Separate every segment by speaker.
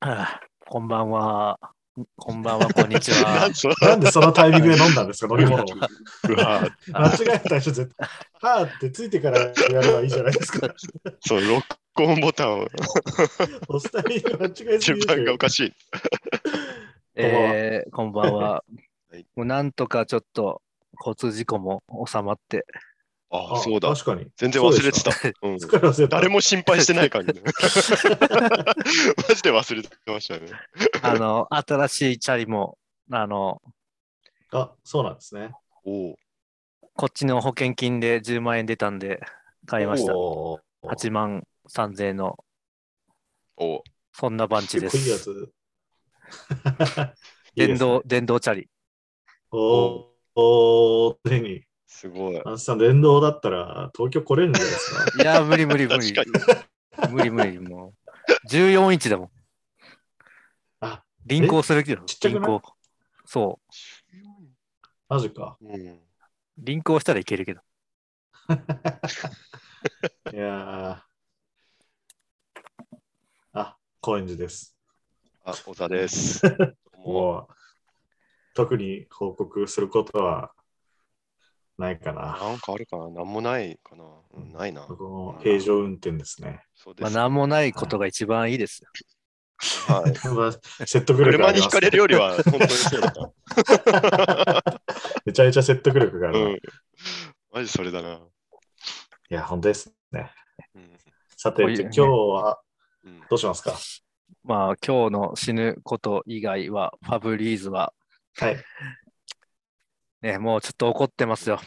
Speaker 1: あ こんばんは。こんばんは、こんにちは
Speaker 2: な ん。そ
Speaker 3: なんでそのタイミングで飲んだんですか、飲み物を。
Speaker 2: うわー
Speaker 3: 間違えた人絶対、はーってついてからやればいいじゃないですか。
Speaker 2: そう、録音ボタンを
Speaker 3: 押したり間違えす
Speaker 2: 順
Speaker 3: ぎ
Speaker 2: 番がお
Speaker 3: る。
Speaker 2: かしい。
Speaker 1: えー、こんばんは。
Speaker 2: はい
Speaker 1: もうなんとかちょっと交通事故も収まって、
Speaker 2: ああ、そうだ。
Speaker 3: 確かに。
Speaker 2: 全然忘れてた。うん
Speaker 3: すっかり忘れてた。
Speaker 2: 誰も心配してない感じね。マジで忘れてましたね。
Speaker 1: あの、新しいチャリも、あの、
Speaker 3: あ、そうなんですね。
Speaker 2: おお。
Speaker 1: こっちの保険金で10万円出たんで買いました。
Speaker 3: おー
Speaker 1: 8万3000円の、
Speaker 2: おお。
Speaker 1: そんな番地で
Speaker 3: 結構いいや
Speaker 1: す。
Speaker 3: つ。いい
Speaker 1: 電
Speaker 3: ですね
Speaker 1: 動、電動チャリ。
Speaker 3: おーおー、ついに、
Speaker 2: すごい。
Speaker 3: あんさん、電動だったら東京来れるんじゃないですか。
Speaker 1: いやー、無理無理無理
Speaker 2: 確。かに。
Speaker 1: 無理無理、もう。14インチだもん。
Speaker 3: あ、
Speaker 1: 輪行するけど、
Speaker 3: ちっちゃく
Speaker 1: 輪
Speaker 3: ない
Speaker 1: 行。そう。
Speaker 3: マジか。
Speaker 2: うん
Speaker 1: 輪行したらいけるけど。
Speaker 3: いやーあ、高円寺です。
Speaker 2: あ、小田です。も
Speaker 3: もう、特に報告することはないか
Speaker 2: う、
Speaker 3: な。
Speaker 2: なんかあるかななんもないかな、うん、ないな。
Speaker 3: 僕も平常運転ですね。
Speaker 2: そうで
Speaker 1: まあ、
Speaker 2: す。
Speaker 1: なんもないことが一番いいですよ。
Speaker 2: はい
Speaker 3: まあ説得力があ
Speaker 2: 車
Speaker 3: り
Speaker 2: にひ
Speaker 3: ます
Speaker 2: かれるよりは、本当にそうだな。
Speaker 3: めちゃめちゃ説得力があ
Speaker 2: う
Speaker 3: るな。い
Speaker 2: ん。マジそれだな。
Speaker 3: や、本当ですね。
Speaker 2: うん。
Speaker 3: さて、
Speaker 1: こういう
Speaker 3: じゃあ今日は
Speaker 2: うん、
Speaker 3: どうしますか
Speaker 1: まあ、今日の死ぬこと以外は、ファブリーズは、
Speaker 3: はい。
Speaker 1: ね、もうちょっと怒ってますよ。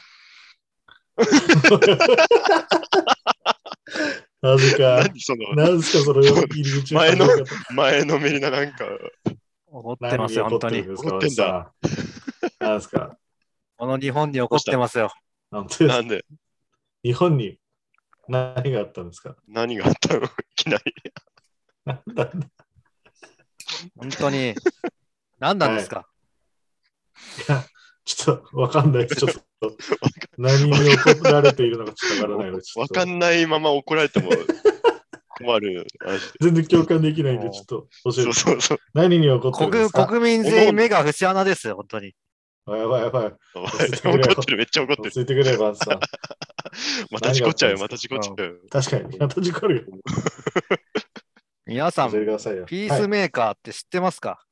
Speaker 3: なぜか、
Speaker 2: 何その、
Speaker 3: なんすかその入り口
Speaker 2: 前の
Speaker 3: なんか
Speaker 2: 前のめりななんか、
Speaker 1: 怒って
Speaker 3: 何
Speaker 1: ます
Speaker 3: に
Speaker 1: よ、
Speaker 3: 怒
Speaker 1: 本
Speaker 3: っ
Speaker 1: 当
Speaker 3: てる
Speaker 1: に
Speaker 3: ん。ですか
Speaker 2: 怒ってんだ
Speaker 3: おじさんなんですか
Speaker 1: この日本に怒ってますよ。
Speaker 3: 本当です
Speaker 2: なんで、
Speaker 3: 日本に何があったんですか
Speaker 2: 何があったのいきなり。
Speaker 3: なんだい
Speaker 1: 本当 に。何なんですか、
Speaker 3: やちょっとわかんないです。ちょっと何に怒られているのかちょっとわからないのでちょ
Speaker 2: わ
Speaker 3: っ
Speaker 2: か
Speaker 3: と
Speaker 2: んないまま怒られても困る。マジ
Speaker 3: 全然共感できないんで、ちょっと教
Speaker 2: でそ
Speaker 3: えて
Speaker 2: う。そうそう。
Speaker 3: 何に怒ってるんで
Speaker 1: 国
Speaker 3: すか
Speaker 1: 国民全員目が節穴ですよ、本当に。
Speaker 3: やばいやばい。
Speaker 2: 怒ってる、めっちゃ怒ってる。
Speaker 3: ついてくればさん。
Speaker 2: また事故っちゃうよ、ま
Speaker 3: 何が
Speaker 2: た事故っちゃうよ。
Speaker 3: 確かに。やっと事故るよ。
Speaker 1: 皆さん、
Speaker 3: 教えて
Speaker 1: ピ
Speaker 3: くださいよ。
Speaker 1: ース
Speaker 3: はい
Speaker 1: メーカーって知ってますか、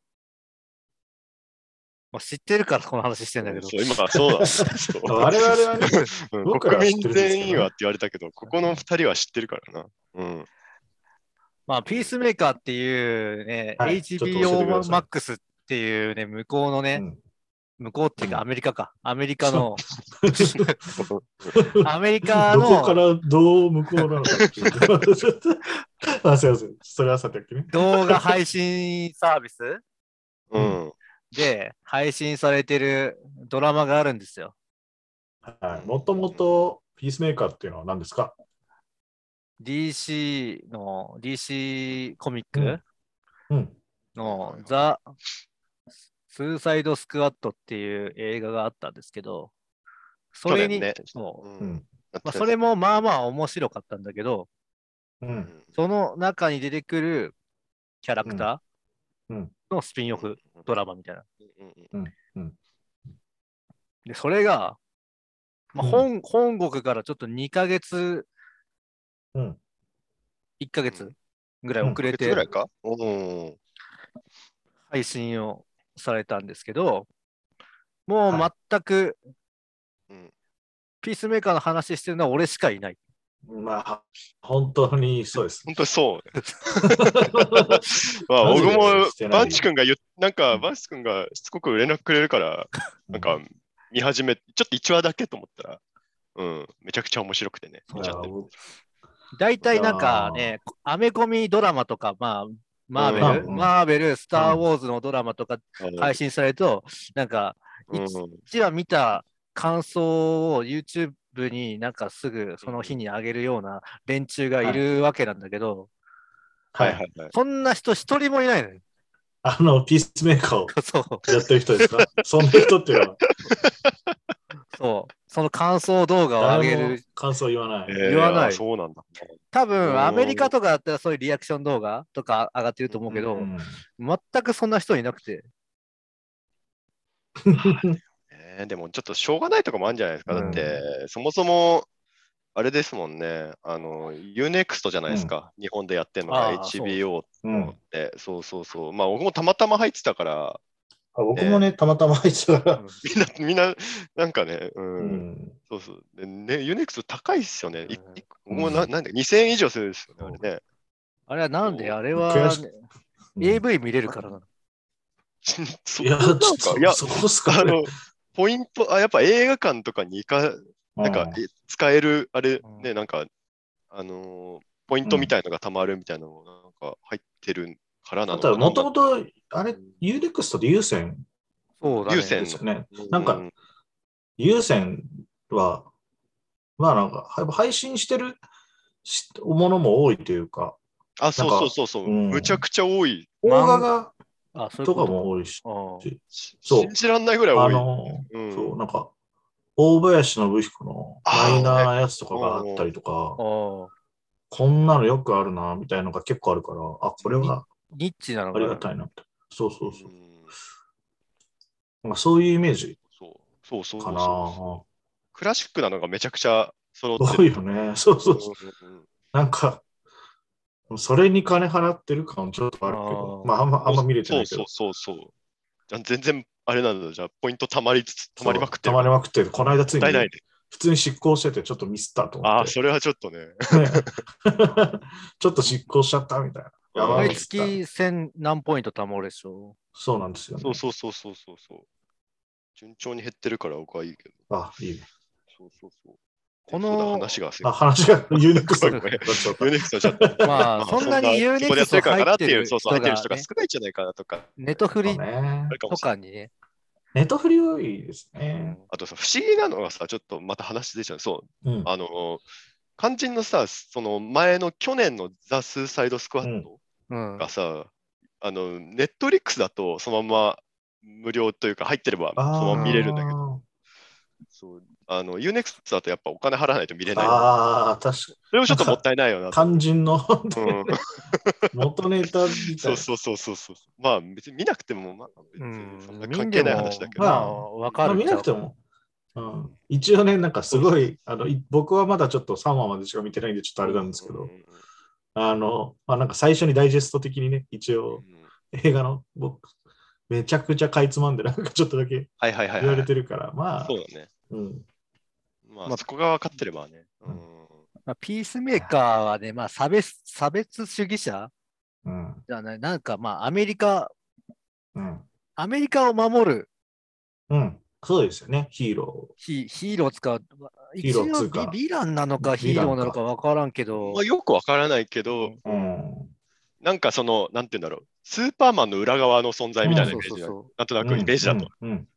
Speaker 1: まあ、知ってるからこの話してんだけど。
Speaker 2: そう今、そうだ。そう
Speaker 3: 我々はね、
Speaker 2: うん
Speaker 3: 僕らは
Speaker 2: 国
Speaker 3: 知っ
Speaker 2: 民
Speaker 3: てるんですけどね
Speaker 2: 全員はって言われたけど、ここの二人は知ってるからな。うん。
Speaker 1: まあ、ピースメーカーっていうね、
Speaker 3: はいちょっと教えてく
Speaker 1: HBO
Speaker 3: ださい
Speaker 1: Max っていうね、向こうのね、
Speaker 3: うん
Speaker 1: 向こうっていう
Speaker 3: う
Speaker 1: か
Speaker 3: ん
Speaker 1: アメリカか、アメリカの、
Speaker 3: ど
Speaker 1: アメリカ
Speaker 3: こか
Speaker 1: の
Speaker 3: らどう向こうなのか っていう。ちょっとあ、すいません。それはさておきね。
Speaker 1: 動画配信サービス
Speaker 2: うん。
Speaker 1: で配信されてるドラマがあるんですよ。
Speaker 3: はい。もともと、ピースメーカーっていうのは何ですか
Speaker 1: DC の、DC コミッ
Speaker 3: う
Speaker 1: ク
Speaker 3: んうん。
Speaker 1: のザ・スーサイド・スクワットっていう映画があったんですけど、それに、
Speaker 2: 去年ね
Speaker 1: そう
Speaker 2: う
Speaker 3: うんん。
Speaker 1: まあ、それもまあまあ面白かったんだけど、
Speaker 3: う。
Speaker 2: うんん。
Speaker 1: その中に出てくるキャラクタ
Speaker 3: うんう
Speaker 1: ー
Speaker 3: ん
Speaker 1: のスピンオフドラマみたいな。
Speaker 2: うんうん
Speaker 1: で、それが、まあ、本本国からちょっと2ヶ月、
Speaker 3: うん。
Speaker 1: 1ヶ
Speaker 2: う
Speaker 1: 月
Speaker 2: ん
Speaker 1: ぐらい遅れ
Speaker 2: いくつぐらい
Speaker 1: て
Speaker 2: かうん。
Speaker 1: 配信をされたんですけど、もう全く
Speaker 2: うん
Speaker 1: ピースメーカーの話してるのは俺しかいない。
Speaker 3: まあ、本当にそうです。
Speaker 2: 本当にそう。まあ、
Speaker 3: マジ
Speaker 2: 僕
Speaker 3: で
Speaker 2: も
Speaker 3: してない
Speaker 2: バンチ君が言っなんか、バンチ君がしつこく連絡くれるから、 なんか、見始め、ちょっと1話だけと思ったら、うん、めちゃくちゃ面白くてね、
Speaker 3: い
Speaker 2: 見ち
Speaker 3: や
Speaker 2: ゃってる。
Speaker 3: 僕
Speaker 1: 大体なんかね、アメコミドラマとか、まあ、マーベル、
Speaker 3: うん
Speaker 1: マーベル、スター・ウォーズのドラマとか配
Speaker 2: い。
Speaker 1: 信されると、なんか、
Speaker 2: うん
Speaker 1: 一話見た感想を YouTube になんかすぐその日にあげるような連中がいるわけなんだけど、
Speaker 2: は
Speaker 3: はいい
Speaker 2: は
Speaker 3: はいい。
Speaker 2: はい。
Speaker 1: そんな人一人もいないのよ。
Speaker 3: あの、ピースメーカーを
Speaker 1: そう、
Speaker 3: やってる人ですかそんな人っていうのは。
Speaker 1: そう。その感想動画を上げ
Speaker 3: 誰も
Speaker 1: る。
Speaker 3: 感想言わない。
Speaker 1: 言わない
Speaker 2: あそうなんだ。
Speaker 1: 多
Speaker 2: うん
Speaker 1: 分、アメリカとかだったらそういうリアクション動画とか上がってると思うけど、
Speaker 3: うん
Speaker 1: 全くそんな人いなくて。
Speaker 2: えーでもちょっとしょうがないとかもあるんじゃないですか。だって、そもそも、あれですもんね、あの、UNEXT じゃないですか。日本でやってるのが
Speaker 1: あーそう
Speaker 2: HBO
Speaker 3: うん
Speaker 2: って、そうそうそう。まあ僕もたまたま入ってたから、
Speaker 3: あ僕もね、たまたま入ってたから。
Speaker 2: みんな、みんな、なんかね、う、
Speaker 3: うんん
Speaker 2: そうそう。でね、ユネクス高いっすよね。い
Speaker 1: うん
Speaker 2: い僕もな、なんで2000円以上するんですよね、あれね。
Speaker 1: あれはなんで、
Speaker 2: そう
Speaker 1: あれは
Speaker 3: 悔し
Speaker 1: ね、AV 見れるからなの。
Speaker 2: そ
Speaker 3: いや、ち
Speaker 2: な
Speaker 3: ょ
Speaker 2: ん
Speaker 3: っ
Speaker 2: か
Speaker 3: と、
Speaker 2: いや、
Speaker 3: そこっすか
Speaker 2: あの、ポイント、あ、やっぱ映画館とかに行か、なんか、え使える、あれ
Speaker 1: う、ん
Speaker 2: ね、なんか、あのー、ポイントみたいのがたまるみたいなのも、なんか入ってるからな
Speaker 3: だ
Speaker 2: のか
Speaker 3: っ
Speaker 2: な。
Speaker 3: たら、もともと、あれ、ユーネクストで優先
Speaker 1: そうだね。
Speaker 2: 有線
Speaker 3: ですよね。
Speaker 2: う
Speaker 3: なんか、優先は、まあなんか、は配信してるしものも多いというか、
Speaker 2: あ、そうそうそうそう、
Speaker 3: うん
Speaker 2: むちゃくちゃ多い。
Speaker 3: 動
Speaker 1: 漫画
Speaker 3: 画が
Speaker 1: あ、そういう
Speaker 3: と
Speaker 1: こ
Speaker 3: か
Speaker 1: と
Speaker 3: も多いし、
Speaker 1: うん
Speaker 3: そう
Speaker 2: 信じらんないぐらい
Speaker 3: あ
Speaker 2: 多い。
Speaker 3: の、
Speaker 2: うん
Speaker 3: そう、なんか、大林信彦のマイナーなやつとかがあったりとか、
Speaker 1: ああ
Speaker 3: こんなのよくあるな、みたいなのが結構あるから、あ、これは
Speaker 1: ニッチなの
Speaker 3: あ
Speaker 1: か
Speaker 3: り
Speaker 1: な
Speaker 3: がたいなって。そうそうそうう。
Speaker 2: ん
Speaker 3: なんかそういうイメージ
Speaker 2: そうそうそう
Speaker 3: か
Speaker 2: そう
Speaker 3: な。
Speaker 2: そう。クラシックなのがめちゃくちゃ揃って
Speaker 3: 多いよね。 そうそうそう。
Speaker 2: うんうんうん
Speaker 3: なんか、それに金払ってる感ちょっとあるけど
Speaker 1: あ、ー
Speaker 3: まああんまあんま見れてないけど。
Speaker 2: そうそうそうそう。あ全然あれなんだ、じゃあポイントたまりつつ、たまりまくって
Speaker 3: た
Speaker 2: る。
Speaker 3: まりまくってる。この間つい
Speaker 2: も
Speaker 3: に
Speaker 2: ったいないね。
Speaker 3: 普通に執行しててちょっとミスったと思
Speaker 2: あ
Speaker 3: っ
Speaker 2: あ、
Speaker 3: て。
Speaker 2: それはちょっとね。
Speaker 3: ね ちょっと執行しちゃったみたいな。やばい
Speaker 1: 毎
Speaker 3: っつった
Speaker 1: 月千何ポイント貯まるでしょ。
Speaker 3: そうなんですよね。
Speaker 2: そうそうそうそうそうそう。順調に減ってるから僕はいいけど。
Speaker 3: あ、いいね。
Speaker 2: そうそうそう。
Speaker 1: こ
Speaker 2: そうだ
Speaker 1: の
Speaker 2: 話がすい
Speaker 3: あ、
Speaker 2: ま
Speaker 3: 話がユニクス
Speaker 2: せん
Speaker 3: になっ
Speaker 2: ごめん ご
Speaker 3: ちゃっ
Speaker 2: めんユ
Speaker 3: た。
Speaker 2: ネクストじゃった。
Speaker 1: まあ、そんなに
Speaker 2: そ
Speaker 1: u
Speaker 2: ん
Speaker 1: n e
Speaker 2: なここでや
Speaker 1: x
Speaker 2: って
Speaker 1: t
Speaker 2: るから
Speaker 1: 入
Speaker 2: な
Speaker 1: っ
Speaker 2: って
Speaker 1: て
Speaker 2: いう、
Speaker 1: る
Speaker 2: そ
Speaker 1: 人
Speaker 2: うそう、入ってる人
Speaker 1: が
Speaker 2: が
Speaker 1: ね
Speaker 2: 少ないんじゃないかなとか。
Speaker 1: ネットフリ
Speaker 3: そうね
Speaker 2: あ。るか
Speaker 1: と
Speaker 2: もしれない
Speaker 1: かにね。
Speaker 3: ネットフリ多いですね。
Speaker 2: あとさ、不思議なのがさ、ちょっとまた話出ちゃう。そう、
Speaker 3: うん。
Speaker 2: あの、肝心のさ、その前の去年のザ・スーサイド・スクワット。
Speaker 1: うん。
Speaker 2: がさ、あの、ネットリックスだとそのまま無料というか入ってればそ
Speaker 3: あー
Speaker 2: のまま見れるんだけど、そうあの、UNEXT だとやっぱお金払わないと見れない。
Speaker 3: ああ、確か
Speaker 2: それもちょっともったいないよ な。
Speaker 3: 肝心の
Speaker 2: うん、
Speaker 3: 元ネタみた
Speaker 2: そ
Speaker 3: いう
Speaker 2: そうそうそうそう。まあ別に見なくても、まあ別にそんな関係ない話だけど。
Speaker 1: ま
Speaker 3: ま
Speaker 2: あ
Speaker 3: あ
Speaker 1: あ、わ
Speaker 3: な。
Speaker 1: か
Speaker 3: まあ
Speaker 1: る。
Speaker 3: 見なくても。うん、一応ね、なんかすごい、あのい僕はまだちょっと3話までしか見てないんで、ちょっとあれなんですけど、あの、まあ、なんか最初にダイジェスト的にね、一応映画の僕、めちゃくちゃかいつまんで、なんかちょっとだけ
Speaker 2: はいはいはい、
Speaker 3: 言
Speaker 2: は
Speaker 3: わ
Speaker 2: い。
Speaker 3: れてるから、まあ
Speaker 2: そう、だね。
Speaker 3: うん、
Speaker 2: ま
Speaker 1: まあ
Speaker 2: あそこが分かってればね。うん
Speaker 1: まあピースメーカーはね、まあ、差別差別主義者
Speaker 3: うん、
Speaker 1: じゃない。なんか、まあ、アメリカ、
Speaker 3: うん、
Speaker 1: アメリカを守る
Speaker 3: うん、そうですよね、ヒーロ
Speaker 1: ヒヒーロー使う。
Speaker 3: ヒ
Speaker 1: 一
Speaker 3: ーロ
Speaker 1: 応
Speaker 3: ー
Speaker 1: ビ
Speaker 3: っつうか
Speaker 1: ヴィランなのかヒーローなのかわからんけど
Speaker 2: まあ、、よく分からないけど、
Speaker 3: ー。うん
Speaker 2: なんかその、なんて言うんだろう、スーパーマンの裏側の存在みたいなイメージ
Speaker 1: そうそう
Speaker 2: が
Speaker 1: そう
Speaker 2: なんとなくイメージだと。
Speaker 3: うんうん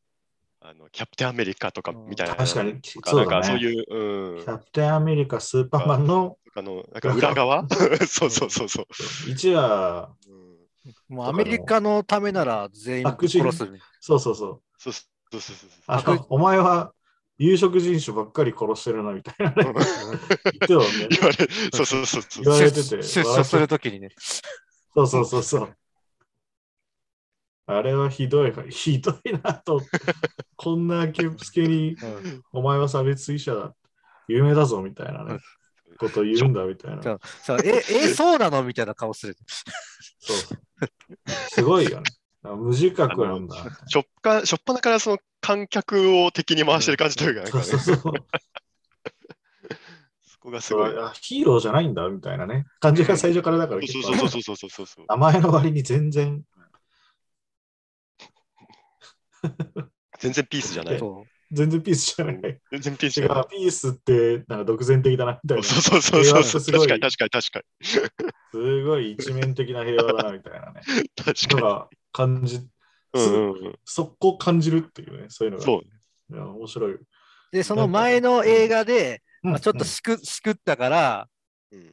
Speaker 2: あのキャプテンアメリカとか
Speaker 1: うん
Speaker 2: みたいな。
Speaker 3: 確かに、
Speaker 2: とか
Speaker 3: そう
Speaker 2: な
Speaker 3: だ
Speaker 2: んかそう
Speaker 3: ね。
Speaker 2: いう、う
Speaker 3: キ
Speaker 2: ん、
Speaker 3: ャプテンアメリカ、スーパーマンの
Speaker 2: あのなんか裏側 そうそうそうそう。
Speaker 3: 一話、
Speaker 2: うん
Speaker 1: もうアメリカのためなら全員ぶっ殺す。
Speaker 3: そうそうそう、
Speaker 2: そうそうそうそう
Speaker 3: あ
Speaker 1: 白
Speaker 3: のお前は有色人種ばっかり殺してるなみたいなね、言ってたもんね。
Speaker 2: 言われそうそうそうそう
Speaker 3: 言われてて
Speaker 1: 出出所するときにね。
Speaker 3: そうそうそうそう。あれはひどい、ひどいなと。こんなケンプスケに、お前は差別主義者だ。有名だぞみたいなね。こと言うんだみたいな。
Speaker 1: そ
Speaker 3: そう
Speaker 1: うそうえ、え、そうなのみたいな顔する。
Speaker 3: すごいよね。無自覚なんだ。
Speaker 2: しょっぱしょっぱなからその観客を敵に回してる感じというかなんか
Speaker 3: そう
Speaker 2: ね、
Speaker 3: そう
Speaker 2: そ
Speaker 3: そう。
Speaker 2: こがす
Speaker 3: そ
Speaker 2: ごい。
Speaker 3: うあヒーローじゃないんだみたいなね。感じが最初からだから結
Speaker 2: そう
Speaker 3: 構
Speaker 2: そうそうそうそうそうそう。
Speaker 3: 名前の割に全然。
Speaker 2: 全然ピースじゃない。
Speaker 1: そ
Speaker 3: 全然ピースじゃない。
Speaker 2: 全然ピース
Speaker 3: 違
Speaker 2: じ
Speaker 3: う
Speaker 2: ゃない。、
Speaker 3: ピースってなんか独善的だなみたい
Speaker 2: そう
Speaker 3: な。
Speaker 2: そうそうそうそう。
Speaker 3: 平和ってすご
Speaker 2: 確か
Speaker 3: い
Speaker 2: に確かに確か
Speaker 3: すごい一面的な平和だなみたいなね。
Speaker 2: に。確
Speaker 3: と
Speaker 2: かに。
Speaker 3: か感じ、
Speaker 2: うんうんうん、
Speaker 3: 速攻感じるっていうね、そういうのが。
Speaker 2: そう。
Speaker 3: いや面白い。
Speaker 1: う。で、その前の映画で、まあ、ちょっと
Speaker 3: し、
Speaker 1: しく、しくったから、
Speaker 2: うん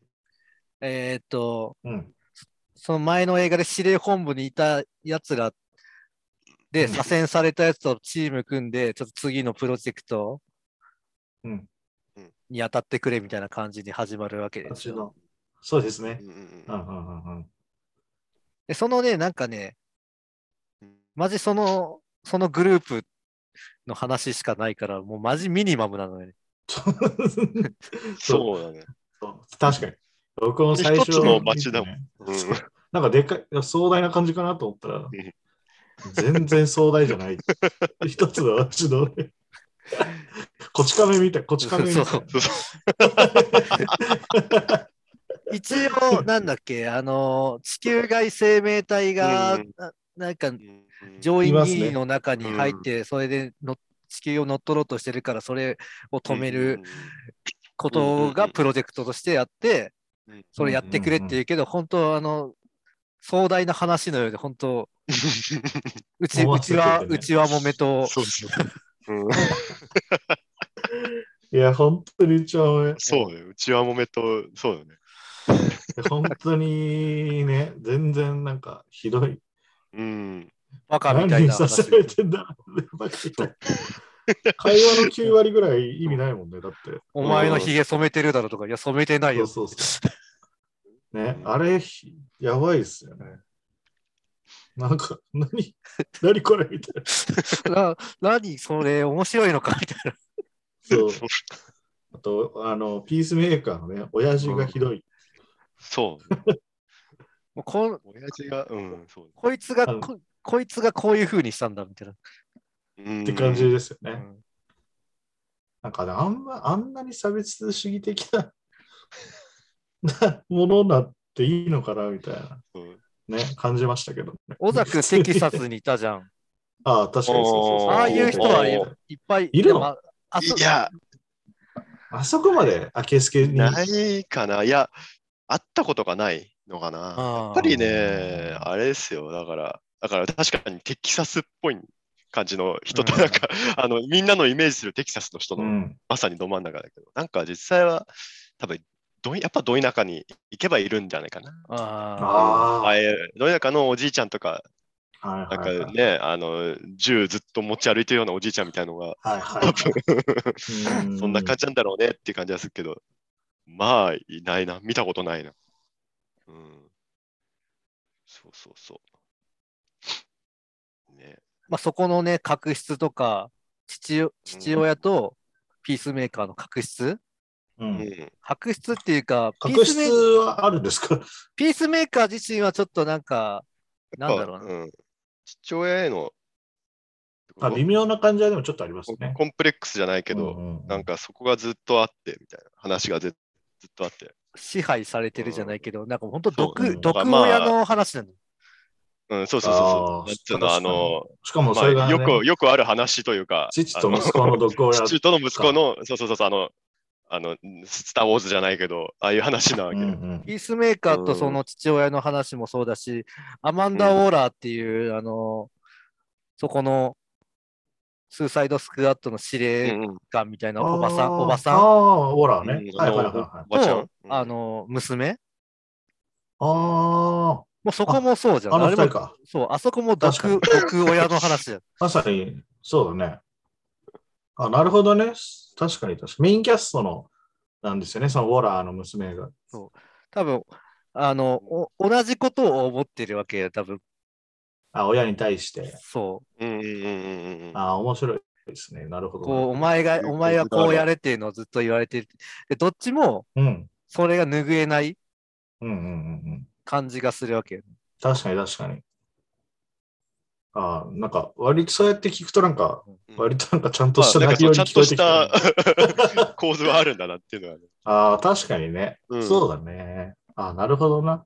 Speaker 1: えーっと、
Speaker 3: うん
Speaker 1: その前の映画で司令本部にいたやつら、で、
Speaker 3: うん
Speaker 1: 左遷されたやつとチーム組んで、ちょっと次のプロジェクト
Speaker 3: うん。
Speaker 1: に当たってくれみたいな感じに始まるわけです
Speaker 3: 私
Speaker 1: よ。
Speaker 3: の。そうですね
Speaker 2: う。んうん
Speaker 3: うんうんう んうん。
Speaker 1: で、そのね、なんかね、
Speaker 2: うん
Speaker 1: マジその、そのグループの話しかないから、もうマジミニマムなのよね。
Speaker 2: そうだね。
Speaker 3: そう確かに。僕も最初
Speaker 2: 一つの街だも
Speaker 3: ん。
Speaker 2: うん
Speaker 3: なんかでかい、壮大な感じかなと思ったら
Speaker 2: ん、
Speaker 3: 全然壮大じ ゃない。一つの街の。こち亀みたい、こち亀みたい。
Speaker 1: そう
Speaker 2: そうそ
Speaker 1: 一応、なんだっけ、あの、地球外生命体が、
Speaker 2: うん
Speaker 1: ななんか
Speaker 2: ううん
Speaker 1: 上位
Speaker 3: います
Speaker 1: 2位
Speaker 3: ね
Speaker 1: の中に入って、それでの地球を乗っ取ろうとしてるから、それを止めることがプロジェクトとしてやって、
Speaker 2: うんうん
Speaker 1: それやってくれって言うけど、本当、あの、壮大な話のようで、本当、うち、
Speaker 3: 思
Speaker 1: う
Speaker 3: わせ
Speaker 1: ち
Speaker 3: てくれて
Speaker 1: は、
Speaker 3: ね
Speaker 1: うちはもめと、
Speaker 2: そうそう。うん
Speaker 3: いや、本当にうちはめ
Speaker 2: そうね。うちはもめと、そうだね。
Speaker 3: 本当にね、全然なんかひどい。
Speaker 2: うん。
Speaker 1: バカみたい
Speaker 3: 何
Speaker 1: な
Speaker 3: さ
Speaker 1: 話
Speaker 3: せ。られてんだ会話の9割ぐらい意味ないもんね、だって。
Speaker 1: お前のひげ染めてるだろとか、いや、染めてないよ。
Speaker 3: そうそうそう。ね、あれ、ひやばいっすよね。なんか、何、何これみたいな。
Speaker 1: な 何それ、面白いのかみたいな。
Speaker 3: そう。 あと、あの、ピースメーカーのね、親父がひどい。
Speaker 2: そう。
Speaker 1: もうこん
Speaker 2: 親父が、うん、そう。
Speaker 1: こいつが
Speaker 3: あの
Speaker 1: こ、こいつがこういう風にしたんだみたいな。
Speaker 2: っ
Speaker 3: って感じですよね。
Speaker 1: うん
Speaker 3: なんかね、あんま、あんなに差別主義的な なものになっていいのかなみたいな、ね、感じましたけどね。
Speaker 1: 小ザ君、テキサスにいたじゃん。
Speaker 3: ああ、確かにそうそうそう。
Speaker 1: ああいう人はい
Speaker 2: おー
Speaker 1: いっぱい
Speaker 3: いるの
Speaker 1: やまああそ
Speaker 2: いや、
Speaker 3: あそこまで、あけすけに。
Speaker 2: ないかな。いや、会ったことがないのかな。やっ
Speaker 1: やっ
Speaker 2: ぱりね、あれですよ。だから、だから確かにテキサスっぽい感じの人って、
Speaker 3: うん
Speaker 2: なんか、 あの、みんなのイメージするテキサスの人
Speaker 3: う
Speaker 2: の
Speaker 3: ん。
Speaker 2: まさにど真ん中だけど、なんか実際は、多分どいやっぱど田舎に行けばいるんじゃないかな。
Speaker 1: あ
Speaker 3: あ
Speaker 2: あえど田舎のおじいちゃんとか、
Speaker 3: あ、は
Speaker 2: な
Speaker 3: い
Speaker 2: ん
Speaker 3: はいは
Speaker 2: か
Speaker 3: い。
Speaker 2: ね、あの、銃ずっと持ち歩いてるようなおじいちゃんみたいのが、
Speaker 3: はいはいはい。
Speaker 2: そんな感じなんだろうねっていう感じはするけど、まあ、いないな。見たことないな。うん。そうそうそう。ね。
Speaker 1: まあそこのね、確執とか、父お父親とピースメーカーの確執
Speaker 2: う
Speaker 3: う。
Speaker 2: んん。
Speaker 1: 確執っていうか、ピー
Speaker 3: 確
Speaker 1: ス
Speaker 3: 執
Speaker 1: メ
Speaker 3: はあるんですか
Speaker 1: ピースメーカー自身はちょっとなんか、なんだろうな。
Speaker 2: うん。父親への、
Speaker 3: あ微妙な感じはでもちょっとあります
Speaker 2: コ
Speaker 3: ね。
Speaker 2: コンプレックスじゃないけど、
Speaker 3: ど
Speaker 2: なんかそこがずっとあって、みたいな話がずずっとあって。
Speaker 1: 支配されてるじゃないけど、なんか本当
Speaker 3: そう
Speaker 1: 毒、
Speaker 3: うん
Speaker 1: 毒
Speaker 2: まあ
Speaker 1: 親の話なの。
Speaker 2: うん、そうそうそうそ
Speaker 3: あー
Speaker 2: う。なんつうの、あの、
Speaker 3: しかも
Speaker 2: ま
Speaker 3: そ
Speaker 2: あ、
Speaker 3: れがね、
Speaker 2: よく、よくある話というか、
Speaker 3: 父
Speaker 2: あ
Speaker 3: と
Speaker 2: の
Speaker 3: 息子の毒親。
Speaker 2: 父との息子の、そうそうそうそう、あの、あの、スター・ウォーズじゃないけど、ああいう話なわ
Speaker 3: う
Speaker 2: け。
Speaker 3: んうん
Speaker 1: ピースメーカーと
Speaker 2: うん
Speaker 1: その父親の話もそうだし、アマンダ・ウォーラーっていう、あの、そこの、スーサイドスクワットの司令
Speaker 2: うんうん
Speaker 1: 官みたいなおばさ
Speaker 3: あ
Speaker 1: ん、
Speaker 3: ー
Speaker 1: おば
Speaker 3: あ
Speaker 1: さん
Speaker 3: あ、ほらね。
Speaker 2: うん
Speaker 3: はい
Speaker 2: あ
Speaker 3: は
Speaker 2: の
Speaker 3: いはいはい。
Speaker 2: おばちゃん
Speaker 1: と、あの、娘
Speaker 3: あ
Speaker 1: もうそこもそうじゃ
Speaker 3: あ、あ
Speaker 1: ん。あ
Speaker 3: の二
Speaker 1: れ
Speaker 3: 人
Speaker 1: も、
Speaker 3: か。
Speaker 1: そう、あそこも
Speaker 3: 確か
Speaker 1: 毒
Speaker 3: に、
Speaker 1: 毒親の話じゃん。
Speaker 3: まさに、そうだね。あ、なるほどね。確かに確かに。メインキャストの、なんですよね、そのウォーラーの娘が。
Speaker 1: 多分、あの、お同じことを思ってるわけよ、多分。
Speaker 3: あ、親に対して。
Speaker 1: そう。
Speaker 2: うんうんうんうんうん。
Speaker 3: あ、面白いですね。なるほど。
Speaker 1: こう、お前が、
Speaker 2: うん
Speaker 1: お前はこうやれっていうのをずっと言われてる。で、どっちも
Speaker 3: うん。
Speaker 1: それが拭えない
Speaker 3: うんうんうんうん。
Speaker 1: 感じがするわけよ。
Speaker 3: 確かに確かに。あなんか、割とそうやって聞くとなんか、
Speaker 2: うん
Speaker 3: 割となんかちゃんと
Speaker 2: ま
Speaker 3: し
Speaker 2: あ
Speaker 3: た
Speaker 2: なんか
Speaker 3: 内
Speaker 2: そう
Speaker 3: 容に
Speaker 2: ちゃん
Speaker 3: 聞ことえて
Speaker 2: し
Speaker 3: きた
Speaker 2: た
Speaker 3: ね。
Speaker 2: 構図はあるんだなっていうのはね。
Speaker 3: ああ、確かにね。
Speaker 2: うん
Speaker 3: そうだね。ああ、なるほどな。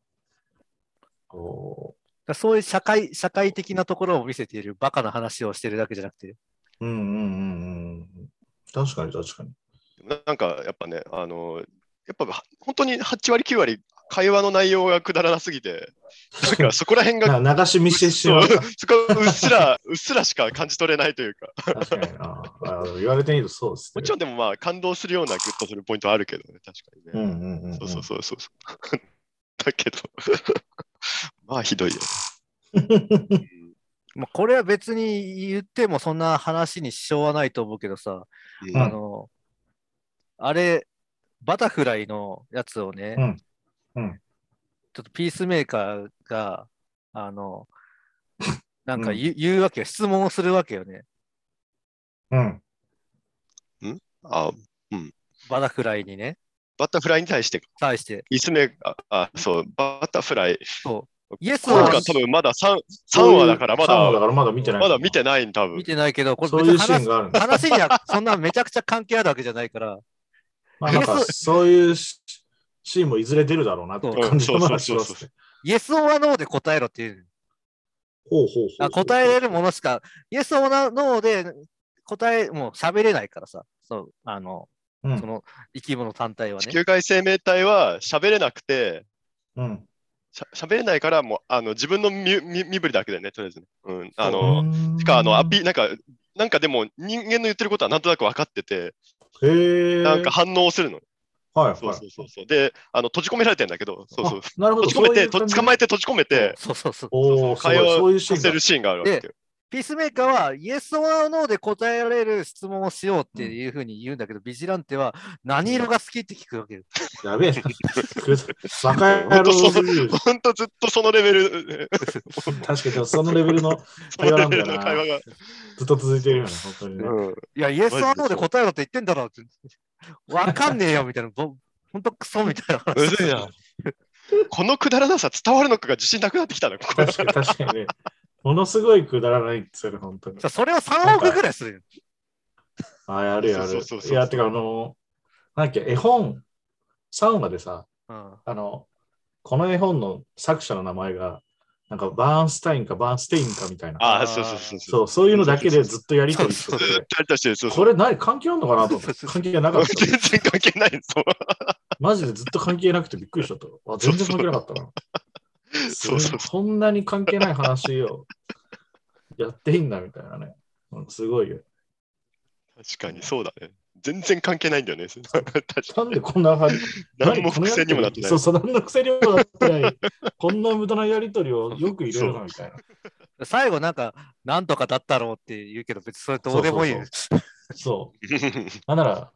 Speaker 3: お
Speaker 1: だからそういう社会、社会的なところを見せているバカな話をしてるだけじゃなくて、
Speaker 3: うんうんうんうん。確かに確かに。
Speaker 2: ななんかやっぱね、あの、やっぱは本当に8割9割会話の内容がくだらなすぎて、なんかそこら辺 が、
Speaker 3: な流し見してしまう
Speaker 2: そう。そこうっすら、うっすらしか感じ取れないというか、
Speaker 3: 確かにああ言われてみるとそうですね。
Speaker 2: もちろんでもまあ感動するようなグッとするポイントはあるけどね、確かに
Speaker 3: う
Speaker 2: ね。
Speaker 3: んうんうんうん。
Speaker 2: そうそうそうそうそう。 だけど、まあひどいよ。
Speaker 1: まあ、これは別に言ってもそんな話に支障はないと思うけどさ、
Speaker 2: うん
Speaker 3: うん
Speaker 1: あの、あれ、バタフライのやつをね、
Speaker 3: うんうん
Speaker 1: ちょっとピースメーカーが、あの、なんか言う,、言うわけよ、質問をするわけよね。
Speaker 3: うん。
Speaker 2: あ、
Speaker 1: バタフライにね、
Speaker 2: バタフライに対して、
Speaker 1: 対して。
Speaker 2: いつめ、あ、あそう、バタフライ。
Speaker 1: そう。イエス
Speaker 2: これ
Speaker 1: は
Speaker 2: が多分まだ 3, 三話だから、ま
Speaker 3: 3話
Speaker 2: だ、
Speaker 3: だからまだ見てない。
Speaker 2: まだ見てないん、多分
Speaker 1: 見。てないけど、これ
Speaker 3: そういうシーン
Speaker 1: 話
Speaker 3: があるん だ。
Speaker 1: 話にはそんなめちゃくちゃ関係あるわけじゃないから、
Speaker 3: まあなんかそういうシシーンもいずれ出るだろうなって感じの話を
Speaker 2: そうそうそうそ
Speaker 3: する。
Speaker 1: イエスオアノーで答えろっていう。
Speaker 3: ほうほうほうほ
Speaker 1: あ
Speaker 3: う。
Speaker 1: 答えれるものしか、イエスオアノーで答え、もう喋れないからさ、そう、あの、
Speaker 3: うん
Speaker 1: その生き物単体は
Speaker 2: 地
Speaker 1: ね。
Speaker 2: 球外生命体は喋れなくて、
Speaker 3: うん。
Speaker 2: しゃ喋れないから、もうあの自分の身身身振りだけでね、とりあえずね。うん、あ
Speaker 3: う
Speaker 2: の、
Speaker 3: ーん
Speaker 2: しかあの、アピなんか、なんかでも人間の言ってることはなんとなく分かってて、
Speaker 3: へー
Speaker 2: なんか、反応するの。
Speaker 3: はいはい。
Speaker 2: そうそうそうそう。で、あの閉じ込められてんだけど、そうそう。
Speaker 3: あなるほど。
Speaker 2: 閉じ込めて、
Speaker 3: そういう感
Speaker 2: と
Speaker 3: じ
Speaker 2: 捕まえて閉じ込めて、
Speaker 1: そうそうそう。
Speaker 3: おお、す
Speaker 2: そう会
Speaker 3: ごい
Speaker 2: 話
Speaker 3: そういうシ
Speaker 2: さ
Speaker 3: ーンだ
Speaker 2: せるシーンがあるわけよ。
Speaker 1: ピースメーカーは、イエス・オア・ノーで答えられる質問をしようっていうふうに言うんだけど、ビジランテは何色が好きって聞くわけよ。
Speaker 3: やべえな。バカ野郎すぎる。
Speaker 2: ほんとずっとそのレベル、
Speaker 3: 確かにでもそのレベルの
Speaker 2: そのレベルの会話が。
Speaker 3: ずっと続いてるよね、本当にね。
Speaker 2: うん
Speaker 1: いや、イエス・オア・ノーで答えろって言ってんだろって。わかんねえよみたいな、ぼほんとクソみたいな話。
Speaker 2: むずいな。 このくだらなさ伝わるのかが自信なくなってきたな、ここ
Speaker 3: 確かに確かにね。ものすごいくだらないっすよね、本当に
Speaker 1: さ。それを3億ぐらいするよ。
Speaker 3: ああ、やるやる。
Speaker 2: そうそうそうそう
Speaker 3: いや、てかあの、なんだっけ、絵本、3話でさ、
Speaker 1: うん
Speaker 3: あの、この絵本の作者の名前が、なんかバーンスタインかバーンステインかみたいな。
Speaker 2: ああ、そうそうそうそう。
Speaker 3: そう、そういうのだけでずっとやりとりして、
Speaker 1: そう
Speaker 2: ずーってとやりとりしてる。そうそ
Speaker 3: こ
Speaker 2: う
Speaker 3: れ何、関係あるのかなと思っ
Speaker 1: そう
Speaker 3: て、
Speaker 1: そうそう
Speaker 3: 関係がなかった。
Speaker 2: 全然関係ない。そう
Speaker 3: マジでずっと関係なくてびっくりしちゃった。あ全然関係なかったな。
Speaker 2: そうそうそう
Speaker 3: そんなに関係ない話を やっていいんだみたいなね。うんすごいよ。
Speaker 2: 確かにそうだね。全然関係ないんだよね。 確か
Speaker 3: なん
Speaker 2: に
Speaker 3: でこんな話。
Speaker 2: 何も伏線にもなってない
Speaker 3: そう。そう、何の伏線にもなってない。こんな無駄なやりとりをよく入れるなみたいな。
Speaker 1: 最後なんか、なんとかだったろうって言うけど、別にそれどうでもいいよ。
Speaker 3: そう。なんなら、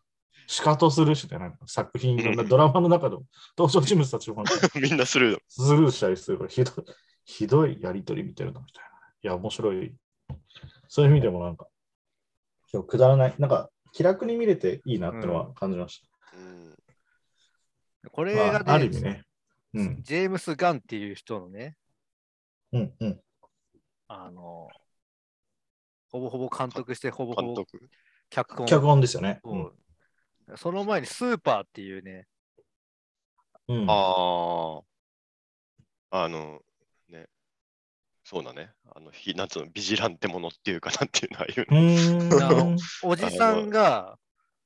Speaker 3: 仕方するしね、なんか作品、いろんなドラマの中でも、登場人物たちもなんか
Speaker 2: みんなスルーだ。
Speaker 3: スルーしたりするから、ひどい、ひどいやりとり見てるな、みたいな。いや、面白い。そういう意味でもなんか、今日くだらない、なんか、気楽に見れていいなってのは感じまし
Speaker 2: うん
Speaker 1: こ
Speaker 3: た。
Speaker 1: れ
Speaker 3: ま
Speaker 1: がね、
Speaker 3: あ、ある意味ね。うん。
Speaker 1: ジェームス・ガンっていう人のね、
Speaker 3: うんうん。
Speaker 1: あの、ほぼほぼ監督して、ほぼほ
Speaker 2: 監
Speaker 1: ぼ
Speaker 2: 督。
Speaker 1: 脚本。
Speaker 3: 脚本ですよね。うん
Speaker 1: そうその前にスーパーっていうね、
Speaker 3: うん。
Speaker 2: ああ。あの、ね。そうだね。あの、ひなんつうの、ビジランテものっていうかなんていうのああいう
Speaker 3: う
Speaker 1: あの
Speaker 3: ーん。
Speaker 1: おじさんが、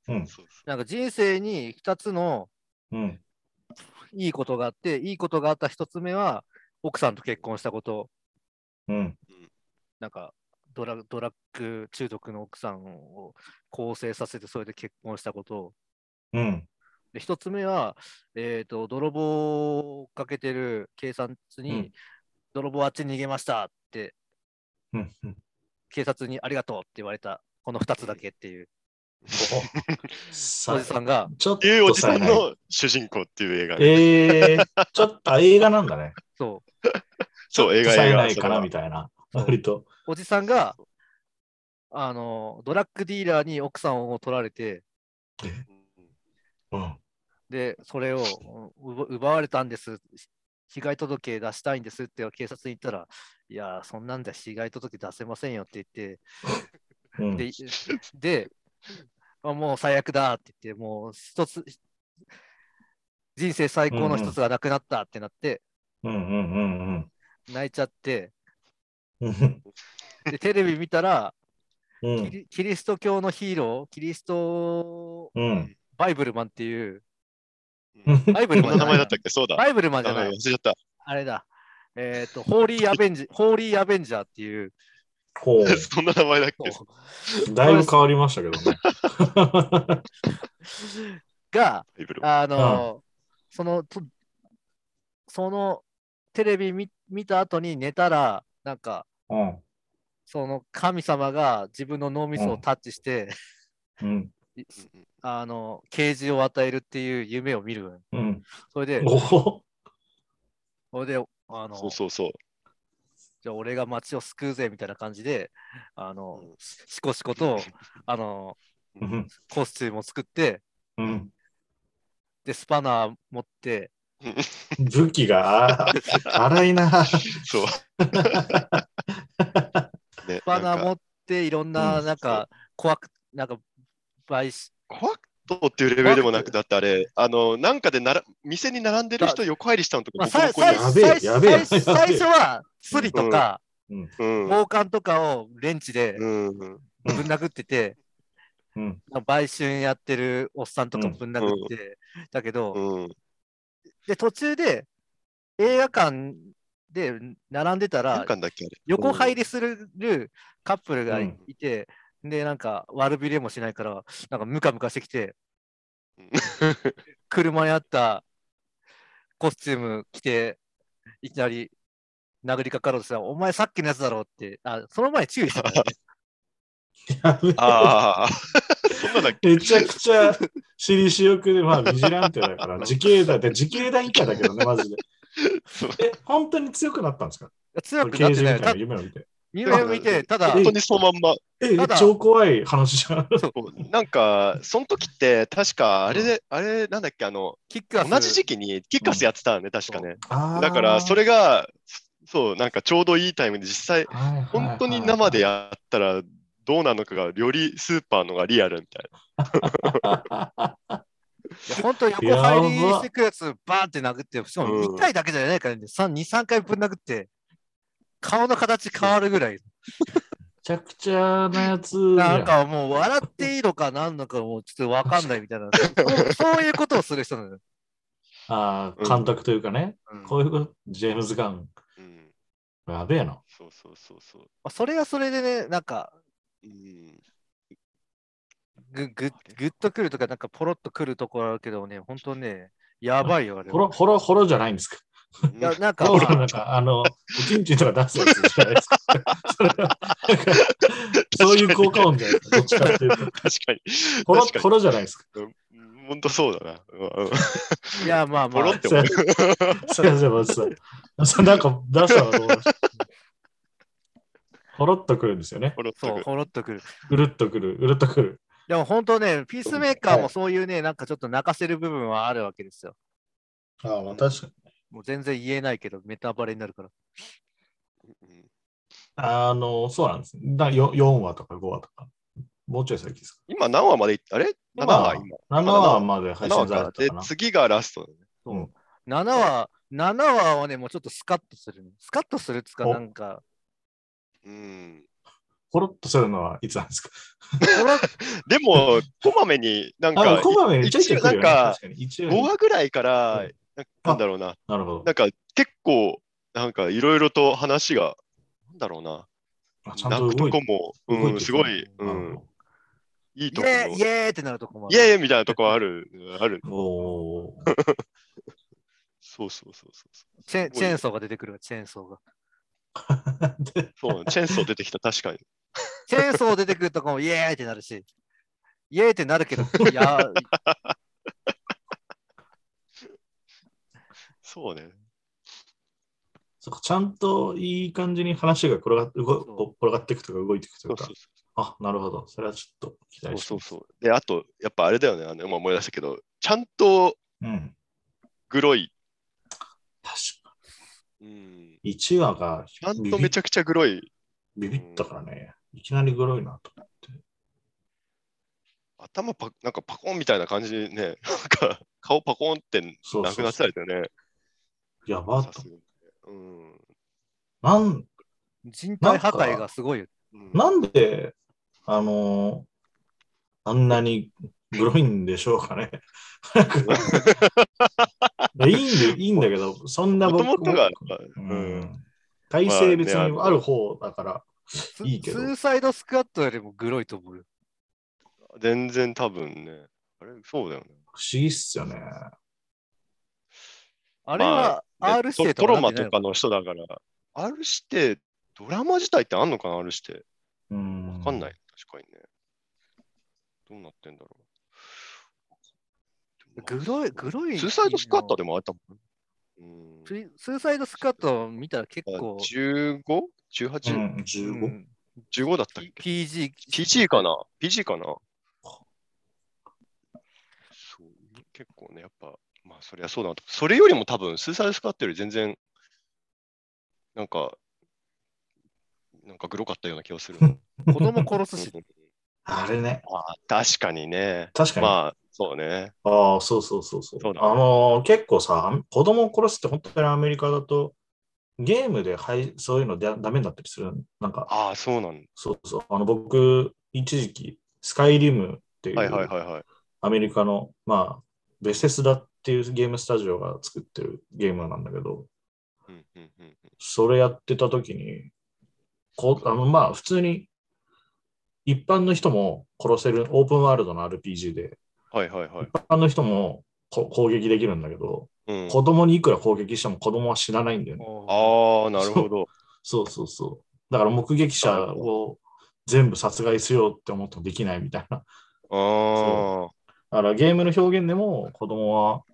Speaker 3: うん
Speaker 2: の。そうそ
Speaker 1: なんか人生に2つの
Speaker 3: うん。
Speaker 1: いいことがあって、いいことがあった1つ目は、奥さんと結婚したこと、
Speaker 3: うん。
Speaker 1: なんかドラドラッグ中毒の奥さんを更生させて、それで結婚したこと、
Speaker 3: うん。
Speaker 1: で1つ目は、えーと、泥棒を追っかけてる警察に、
Speaker 3: うん
Speaker 1: 泥棒あっちに逃げましたって、
Speaker 3: うん。うん
Speaker 1: 警察にありがとうって言われた、この2つだけっていう、お
Speaker 3: さ
Speaker 1: じさんが、
Speaker 3: ちょっ
Speaker 2: ういうお
Speaker 3: と
Speaker 2: じさ
Speaker 3: さ
Speaker 2: んの主人公っていう映画ね。
Speaker 3: えー、ちょっとあ映画なんだね。
Speaker 1: そう、
Speaker 2: そう、映画
Speaker 3: 冴
Speaker 2: 映
Speaker 3: え
Speaker 2: 画。
Speaker 3: ないかなみ
Speaker 2: た
Speaker 3: たいな。割と。
Speaker 1: おじさんが、あの、ドラッグディーラーに奥さんを取られて、
Speaker 3: うん。
Speaker 1: で、それをうん奪奪われたんです。被害届出したいんですって警察に言ったら、いやー、そんなんじゃ被害届出せませんよって言
Speaker 3: う
Speaker 1: って、
Speaker 3: ん
Speaker 1: で、であもう最悪だって言って、もう一つ、人生最高の一つがなくなったってなって、
Speaker 3: うんうんうん
Speaker 1: 泣いちゃって、
Speaker 3: うんうん
Speaker 1: で、テレビ見たら、
Speaker 3: う
Speaker 1: キ
Speaker 3: ん
Speaker 1: リキリスト教のヒーロー、キリスト
Speaker 3: うん
Speaker 1: バイブルマンっていう、
Speaker 3: うん
Speaker 1: バイブル
Speaker 2: こ
Speaker 1: マ
Speaker 2: ん
Speaker 1: ンじ
Speaker 2: な名
Speaker 1: ゃな
Speaker 2: 前
Speaker 1: い
Speaker 2: だったっけそうだ。
Speaker 1: バイブルマンじ
Speaker 2: 名
Speaker 1: ゃな
Speaker 2: 前忘れ
Speaker 1: い。
Speaker 2: ちゃった。
Speaker 1: あれだ。えっ、と、ホーリーアベンジ、ホーリーアベンジャーっていう、
Speaker 3: ほう
Speaker 2: そんな名前だっけ
Speaker 1: そう
Speaker 3: だいぶ変わりましたけどね。
Speaker 1: が、
Speaker 2: バイブル
Speaker 1: あの、その、とそのテレビ見見た後に寝たら、なんか、
Speaker 3: うん
Speaker 1: その神様が自分の脳みそをタッチして、
Speaker 3: うん
Speaker 1: あの、啓示を与えるっていう夢を見る。
Speaker 3: うん。
Speaker 1: それで、
Speaker 3: おお
Speaker 1: それで、あの、
Speaker 2: そうそうそう。
Speaker 1: じゃあ俺が街を救うぜみたいな感じで、あの
Speaker 2: うん、
Speaker 1: しこしこと、あの、
Speaker 3: うん。
Speaker 1: コスチュームを作って、
Speaker 3: うん。
Speaker 1: で、スパナー持って、
Speaker 3: 武器が、あー荒いな。
Speaker 2: そう。ね
Speaker 1: スパナー
Speaker 2: なんか
Speaker 1: 持って、いろんな、
Speaker 3: うん
Speaker 1: なんか、怖く、なんか、買収
Speaker 2: 怖くとっていうレベルでもなく、だってあれ、あの、なんかでなら、店に並んでる人横入りしたのとか、
Speaker 1: まあ、
Speaker 2: ボコ
Speaker 1: さ
Speaker 2: ボ
Speaker 1: い
Speaker 2: コに
Speaker 1: 最
Speaker 3: やべえ
Speaker 1: 最
Speaker 3: やべえ
Speaker 1: 最最
Speaker 3: やべえ
Speaker 1: 初は、スリとか、
Speaker 2: うん
Speaker 1: 暴漢とかをレンチで
Speaker 2: うん。
Speaker 1: ぶん殴ってて、
Speaker 3: うん。
Speaker 1: 売春やってるおっさんとかぶん殴って、だけど、
Speaker 2: うん。
Speaker 1: で、途中で映画館で並んでた
Speaker 2: なん
Speaker 1: ら、
Speaker 2: かんだっけあ れ。
Speaker 1: 横入りするカップルが
Speaker 3: う
Speaker 1: い
Speaker 3: ん
Speaker 1: て、で、なんか悪びれもしないから、なんかムカムカしてきて、
Speaker 2: うん。
Speaker 1: 車にあったコスチューム着て、いきなり殴りかかろうとしたら、お前さっきのやつだろうって、あその前に注意したからね、
Speaker 3: やべえ
Speaker 2: ああ、そんなだっ け
Speaker 3: めちゃくちゃ、私利私欲で、まあ、ビジランテだから、自警団で、自警団以下だけどね、マジで。
Speaker 2: そう
Speaker 3: え、本当に強くなったんですか
Speaker 1: 強くなって
Speaker 3: み
Speaker 1: な
Speaker 3: た
Speaker 1: い
Speaker 3: い
Speaker 1: よ。た
Speaker 3: な夢を見て。
Speaker 1: 夢を見て、ただ、
Speaker 2: 本当にそのまんま。
Speaker 3: え
Speaker 1: た、だ
Speaker 3: 超怖い話じゃん。
Speaker 2: そうなんか、その時って、確か、あれで、あれ、なんだっけ、あの、
Speaker 1: キックアス
Speaker 2: 同じ時期にキッカスやってたよね、確かね。だから、そ
Speaker 3: れ、
Speaker 2: れが、そう、なんかちょうどいいタイムで、実際、
Speaker 3: はいはいはい
Speaker 2: 本当に生でやったらどうなのかが、よりスーパーのがリアルみたいな。
Speaker 1: いや本当横入りしてくるやつ、バーンって殴って、しかも
Speaker 2: うん
Speaker 1: 1回だけじゃないからね、3、2、3回ぶん殴って、顔の形変わるぐらい。
Speaker 3: めちゃくちゃなやつ。
Speaker 1: なんかもう笑っていいのか何のかもうちょっとわかんないみたい な。そうそういうことをする人なのよ。
Speaker 3: あー監督というかね、
Speaker 1: うん
Speaker 3: こういうこと、ジェームズ・ガン、
Speaker 2: うん、
Speaker 3: やべえな。
Speaker 2: そうそうそうそう。
Speaker 1: まあそれはそれでね、なんか
Speaker 2: うん、
Speaker 1: ぐぐぐっとくるとか、なんかポロっとくるところあるけどね、本当ね、やばいよ、あれは。
Speaker 3: ホロ、ホロ、ホロじゃないんですか。
Speaker 1: い やなんか、
Speaker 3: ホロ
Speaker 1: ま
Speaker 3: なん
Speaker 1: あ
Speaker 3: か、あの、おちんちんとか出すやつじゃないですか。それは、なんか、そういう効果音じゃないですか。どっちかっていうと。
Speaker 2: 確かに。
Speaker 3: ホロ、
Speaker 2: 確かに
Speaker 3: ホロじゃないですか。
Speaker 2: うん本当そうだな。うんうん
Speaker 1: いや、まあ
Speaker 2: ポ
Speaker 1: ま
Speaker 2: ロ
Speaker 1: あ
Speaker 2: っ、て思う。
Speaker 3: すいません、松さん。そうなんか出したらどうました。ほろっとくるんですよね。
Speaker 2: ポロっ
Speaker 1: そう、
Speaker 2: と
Speaker 1: ポロっとくる。
Speaker 3: うるっとくる、うるっとくる。
Speaker 1: でも本当ね、ピースメーカーもそういうね、なんかちょっと泣かせる部分はあるわけですよ。
Speaker 3: ああ、ま
Speaker 2: あ確
Speaker 3: かに。
Speaker 1: もう全然言えないけど、メタバレになるから。
Speaker 2: うん
Speaker 3: あの、そうなんです。だ 4, 四話とか5話とか。もうちょい先ですか。
Speaker 2: 今何話までいったあれ ?7 話今。
Speaker 3: 7話まで配
Speaker 2: 7
Speaker 3: 信
Speaker 2: 話
Speaker 3: され
Speaker 2: か。
Speaker 3: て
Speaker 2: で
Speaker 3: たか、な。
Speaker 2: 次がラストだね。
Speaker 3: うん
Speaker 1: 7話、7話はね、もうちょっとスカッとするの。スカッとするっつうか、
Speaker 3: お
Speaker 1: なんか、
Speaker 2: うん。
Speaker 3: ほろっとするのはいつなんですか。
Speaker 1: ポ ロッ
Speaker 2: で も、こまめになん
Speaker 3: あ、
Speaker 2: か、
Speaker 3: こまめにちょいちょい来る
Speaker 2: 一応な
Speaker 3: よね。
Speaker 2: んか
Speaker 3: 確かに。一応
Speaker 2: 5話ぐらいから
Speaker 3: う、
Speaker 2: なんだろうな、
Speaker 3: なるほど
Speaker 2: なんか結構、なんかいろいろと話が、なんだろうな、
Speaker 3: あ。ちゃん
Speaker 2: 泣
Speaker 3: と
Speaker 2: くと
Speaker 3: 動い
Speaker 2: こ
Speaker 3: て。
Speaker 2: も、
Speaker 3: 動
Speaker 2: うん、
Speaker 3: て
Speaker 2: す
Speaker 3: る
Speaker 2: ごい、う
Speaker 3: なる
Speaker 2: ん、いい
Speaker 1: イ
Speaker 2: ところ
Speaker 1: エ。ーイエーイってなるとこもあ
Speaker 2: イ
Speaker 1: る。
Speaker 2: エーイみたいなとこある、ある。
Speaker 3: ほど。おお。
Speaker 2: そうそうそうそう
Speaker 1: チェ
Speaker 2: す
Speaker 1: ン
Speaker 2: ごい
Speaker 1: チェーンソーが出てくるわチェーンソーが。
Speaker 2: そう。 そう、チェーンソー出てきた、確かに。
Speaker 1: チェーンソー出てくるとこもイエーイってなるし、イエーイってなるけど、いや、
Speaker 2: そうね。
Speaker 3: そっかちゃんといい感じに話が転がって動
Speaker 1: そ
Speaker 3: 転がっていくとか動いていく
Speaker 2: そ
Speaker 3: とい
Speaker 2: うう
Speaker 3: か
Speaker 2: そう。
Speaker 3: あ、なるほど。それはちょっと期
Speaker 2: そう
Speaker 3: 待して
Speaker 2: そうそう。で、あと、やっぱあれだよね、あの今思い出したけど、ちゃんと
Speaker 3: う。うん。
Speaker 2: グロい。
Speaker 3: 確か
Speaker 2: うん、
Speaker 3: に。1話が
Speaker 2: ちゃん
Speaker 3: ビ
Speaker 2: と
Speaker 3: ビ
Speaker 2: めちゃくちゃグロい。
Speaker 3: ビビったからね。いきなりグロいなと。
Speaker 2: 頭パなんかパコンみたいな感じでね、 なんか顔パコンって
Speaker 3: そう
Speaker 2: な
Speaker 3: そ
Speaker 2: く
Speaker 3: う
Speaker 2: なってた
Speaker 3: そう
Speaker 2: りだよね。
Speaker 3: やばっ
Speaker 2: さ
Speaker 3: と
Speaker 2: す。がにうん
Speaker 3: なん
Speaker 1: 人体破壊がすごいよ。
Speaker 2: うん
Speaker 3: なんで、あのーあんなにグロいんでしょうかね。なんかいいんで、いいんだけど、そんな
Speaker 2: も
Speaker 3: 僕
Speaker 2: ともとが、う、
Speaker 3: うんん。体勢別
Speaker 2: まあねあ
Speaker 3: に
Speaker 2: の
Speaker 3: ある方だから、
Speaker 1: ス
Speaker 3: いいけど
Speaker 1: スーサイドスクワットよりもグロいと思うよ。
Speaker 2: 全然多分ね、あれ、そうだよね。
Speaker 3: 不思議っすよね。
Speaker 1: あれは
Speaker 2: まあ
Speaker 1: R 指定
Speaker 2: トトロ
Speaker 1: な
Speaker 2: マ
Speaker 1: んてない
Speaker 2: と
Speaker 1: の
Speaker 2: かの人だから、R して、ドラマ自体ってあんのかな、R して。
Speaker 3: うん。
Speaker 2: わかんない、確かにね。どうなってんだろう。
Speaker 1: グロい、グロい。
Speaker 2: ツーサイドスカットでもあったもん。うん
Speaker 1: ツイツーサイドスカット見たら結構、
Speaker 3: う
Speaker 2: 15?18?15
Speaker 3: ん、
Speaker 1: う
Speaker 3: 15?
Speaker 1: ん
Speaker 2: だったっ
Speaker 1: P-
Speaker 2: け
Speaker 1: PG、
Speaker 2: ?PG かな ?PG かなそう結構ね、やっぱ、まあそりゃそうだなと。それよりも多分、スーサイドスカットより全然、なんか、なんかグロかったような気が するな。
Speaker 1: 子供殺すし、
Speaker 3: あれね。
Speaker 2: ま あ確かにね。
Speaker 3: 確かに。
Speaker 2: まあそうね。
Speaker 3: ああ、そうそうそうそう。
Speaker 2: そうだね
Speaker 3: あのー結構さ、子供を殺すって本当にアメリカだと、ゲームではいそういうのでダメになったりする。なんか、
Speaker 2: ああ、そうなんだ。
Speaker 3: そうそう。あの、僕、一時期、スカイリムっていう、
Speaker 2: はいはいはいはい。
Speaker 3: アメリカの、まあ、ベセスダっていうゲームスタジオが作ってるゲームなんだけど、
Speaker 2: うんうんうんうん
Speaker 3: それやってた時に、こうあのまあ、普通に、一般の人も殺せるオープンワールドの RPG で、
Speaker 2: はいはいはい。
Speaker 3: 一般の人もこ攻撃できるんだけど、
Speaker 2: うん、
Speaker 3: 子供にいくら攻撃しても子供は死なないんだよね。
Speaker 1: も
Speaker 2: ああ、なるほど。
Speaker 3: そうそうそう。だから目撃者を全部殺害しようって思ってもできないみたいな。
Speaker 2: あ
Speaker 3: だからゲームの表現でも子供は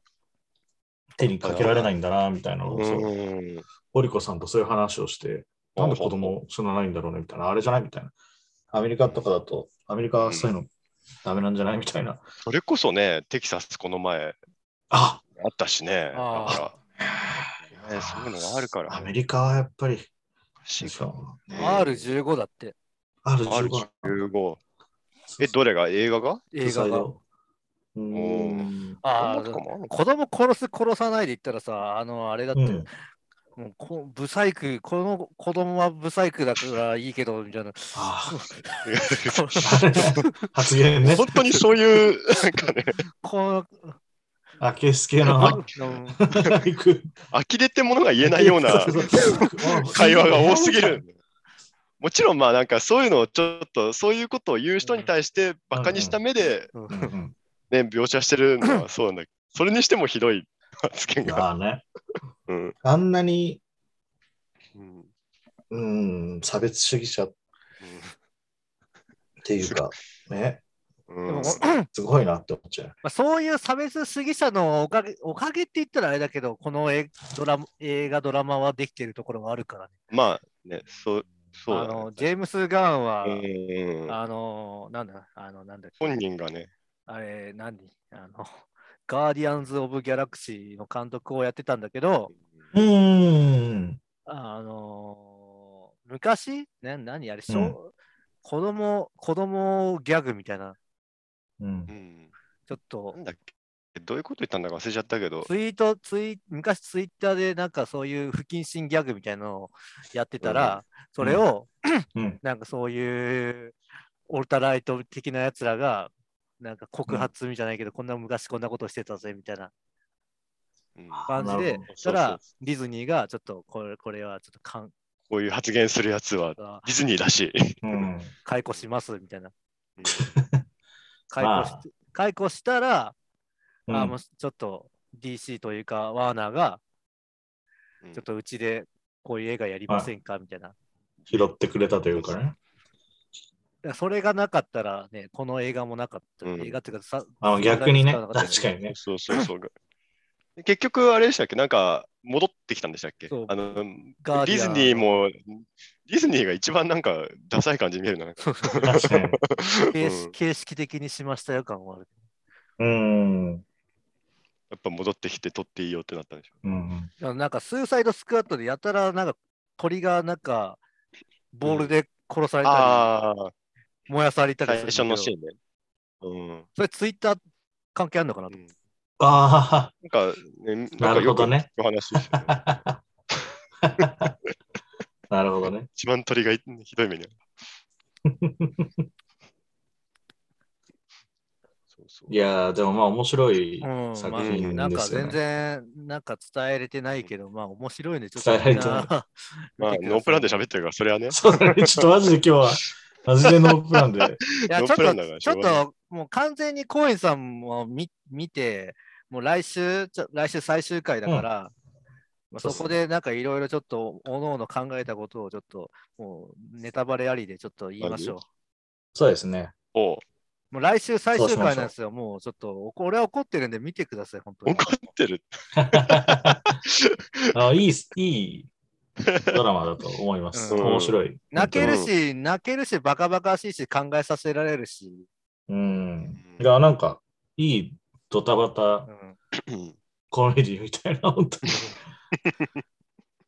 Speaker 3: 手にかけられないんだなみたいな
Speaker 2: あ。
Speaker 3: の
Speaker 2: う。
Speaker 3: を、そうんオリコさんとそういう話をして、なんで子供死なないんだろうねみたいな、あれじゃないみたいな。アメリカとかだと、アメリカはそういうのダメなんじゃないみたいな。
Speaker 2: それこそね、テキサスこの前
Speaker 3: あ
Speaker 2: あったしね。だ
Speaker 1: あー
Speaker 2: から。ねそういうのがあるから
Speaker 3: アメリカはやっぱり、
Speaker 2: し
Speaker 3: しかも
Speaker 1: う R15 だって、
Speaker 3: R15
Speaker 2: R15。え、どれが映画が
Speaker 1: 映画が。。
Speaker 3: う
Speaker 2: お
Speaker 3: ん。
Speaker 1: あ
Speaker 2: 音楽とか
Speaker 1: ー
Speaker 2: もあるのか
Speaker 1: 子供殺す、殺さないで言ったらさ、あの、あれだって、
Speaker 3: うん
Speaker 1: もうこブサイク、この子供はブサイクだからいいけど、みたいな。
Speaker 3: あ
Speaker 1: こ
Speaker 3: あ、発言 ね
Speaker 2: 本。当にそういう、なんかね、
Speaker 1: こ
Speaker 3: あ、ケース系
Speaker 1: う
Speaker 3: の。
Speaker 1: うん
Speaker 3: 行 く
Speaker 2: 呆れってものが言えないような会話が多すぎる。もちろん、まあなんかそういうのをちょっと、そういうことを言う人に対してバカにした目で、
Speaker 3: うんうん
Speaker 2: ね、描写してるのはそうなんだけど、それにしてもひどい発言が。
Speaker 3: まあね、
Speaker 2: うん
Speaker 3: あんなに、
Speaker 2: うん
Speaker 3: うん、差別主義者っていうか、ね、
Speaker 2: う
Speaker 1: でも
Speaker 2: ん
Speaker 3: すごいなって思っちゃう。
Speaker 1: まあ、そういう差別主義者のおかげおかげって言ったらあれだけど、このえドラマ映画、ドラマはできてるところがあるからね。
Speaker 2: まあね、そう、そう
Speaker 1: あ
Speaker 2: だね
Speaker 1: のジェームス・ガンは、
Speaker 2: うん
Speaker 1: あの、なんだ、あの、なんだっけ、
Speaker 2: 本人がね、
Speaker 1: あれ、何あの、 ガーディアンズ・オブ・ギャラクシーの監督をやってたんだけど、
Speaker 3: うん。
Speaker 1: あの昔、ね、何あれ、小
Speaker 3: うん
Speaker 1: 子供、子供ギャグみたいな、
Speaker 3: うん
Speaker 2: うん
Speaker 1: ちょっと
Speaker 2: なんだっけ、どういうこと言ったんだか忘れちゃったけど、
Speaker 1: ツイート、ツイ昔ツイッターでなんかそういう不謹慎ギャグみたいなのをやってたら、それを、
Speaker 3: うん
Speaker 1: なんかそういうオルタライト的なやつらが、なんか告発みじゃないけど、こんな昔こんなことしてたぜみたいな
Speaker 2: うん
Speaker 1: 感じ
Speaker 3: なる
Speaker 1: で
Speaker 3: ほ、
Speaker 1: そした
Speaker 2: そう
Speaker 1: ら
Speaker 2: そ
Speaker 1: ディズニーがちょっとこれこれはちょっとかん
Speaker 2: こういう発言するや つは
Speaker 1: あ
Speaker 2: ディズニーだし。
Speaker 3: うん
Speaker 1: 解雇しますみたいな。解
Speaker 3: まあ
Speaker 1: 雇し,、解雇したら、
Speaker 3: うん
Speaker 1: あもうちょっと DC というかワーナーが、
Speaker 2: うん
Speaker 1: ちょっとうちでこういう映画やりませんかみたいな。
Speaker 3: 拾ってくれたというかね。
Speaker 1: だからそれがなかったらね、この映画もなかった。
Speaker 2: うん
Speaker 1: 映画っていうかさ、
Speaker 3: あ逆にね、
Speaker 1: そ
Speaker 3: 確
Speaker 1: うだね
Speaker 3: かにね。
Speaker 2: そうそうそう。で結局、あれでしたっけなんか、戻ってきたんでしたっけ
Speaker 1: そう
Speaker 2: あの
Speaker 1: ガーデ
Speaker 2: ディ
Speaker 1: ィア
Speaker 2: ズ
Speaker 1: ン
Speaker 2: ニーも、ディズニーが一番なんか、ダサい感じに見えるな。なんか
Speaker 3: 確かに。
Speaker 1: 形
Speaker 2: う
Speaker 1: 式
Speaker 2: ん
Speaker 1: 形式的にしましたよ感はある。
Speaker 3: うん。
Speaker 2: やっぱ戻ってきて撮っていいよってなったんでしょ。
Speaker 3: うん
Speaker 1: あのなんか、スーサイドスクワットでやたら、なんか、鳥がなんか、ボールで殺された
Speaker 2: ああ、
Speaker 1: り、燃やされたり
Speaker 2: 最
Speaker 1: するんだけど。
Speaker 2: 初のシーンね。うん
Speaker 1: それツイッター関係あるのかな
Speaker 2: うん
Speaker 3: あ
Speaker 2: なんか、ね、
Speaker 3: なるほどね
Speaker 2: なんかよく聞く話ですよね
Speaker 3: あ。なるほどね。
Speaker 2: 一番鳥がひどい目に遭う。 そうそう
Speaker 3: いやー、でもまあ面白い
Speaker 1: うん、
Speaker 3: 作
Speaker 1: まあ、
Speaker 2: 品
Speaker 1: なん
Speaker 3: で
Speaker 1: か
Speaker 3: すよ
Speaker 1: 全
Speaker 3: ね。
Speaker 1: 然、なんか伝えれてないけど、まあ面白いんで、ちょっと
Speaker 3: 伝えられてない
Speaker 1: みんな
Speaker 2: まあ、
Speaker 1: 見てください
Speaker 2: ノープランで喋ってるから、それはね。
Speaker 3: そうだね。ちょっとマジで今日は、マジでノープランで。
Speaker 1: いや、
Speaker 2: ノ
Speaker 1: ちょっ
Speaker 2: ープラ
Speaker 1: と、
Speaker 2: ンだか
Speaker 1: ちょ
Speaker 2: ら
Speaker 1: っ
Speaker 2: しょうが
Speaker 1: と、もう完全にコインさんも見見て、もう来週、ちょ来週最終回だから、まあ、
Speaker 3: そう
Speaker 1: そ
Speaker 3: そ
Speaker 1: こ
Speaker 3: う
Speaker 1: でなんかいろいろちょっと、おのおの考えたことをちょっと、もうネタバレありでちょっと言いましょう。
Speaker 3: そうですね。
Speaker 2: おう
Speaker 1: もう来週最終
Speaker 3: そうしまし
Speaker 1: 回
Speaker 3: ょう
Speaker 1: なんですよ。もうちょっと、俺は怒ってるんで見てください、本当に。
Speaker 2: 怒ってる。
Speaker 3: あいいす、いいドラマだと思います。
Speaker 1: うん
Speaker 3: 面白い。
Speaker 1: 泣けるし、泣けるし、バカバカしいし、考えさせられるし。
Speaker 3: うん。いや、なんか、いいドタバタ
Speaker 1: うん
Speaker 2: うん
Speaker 3: コメディみたいな、本当に。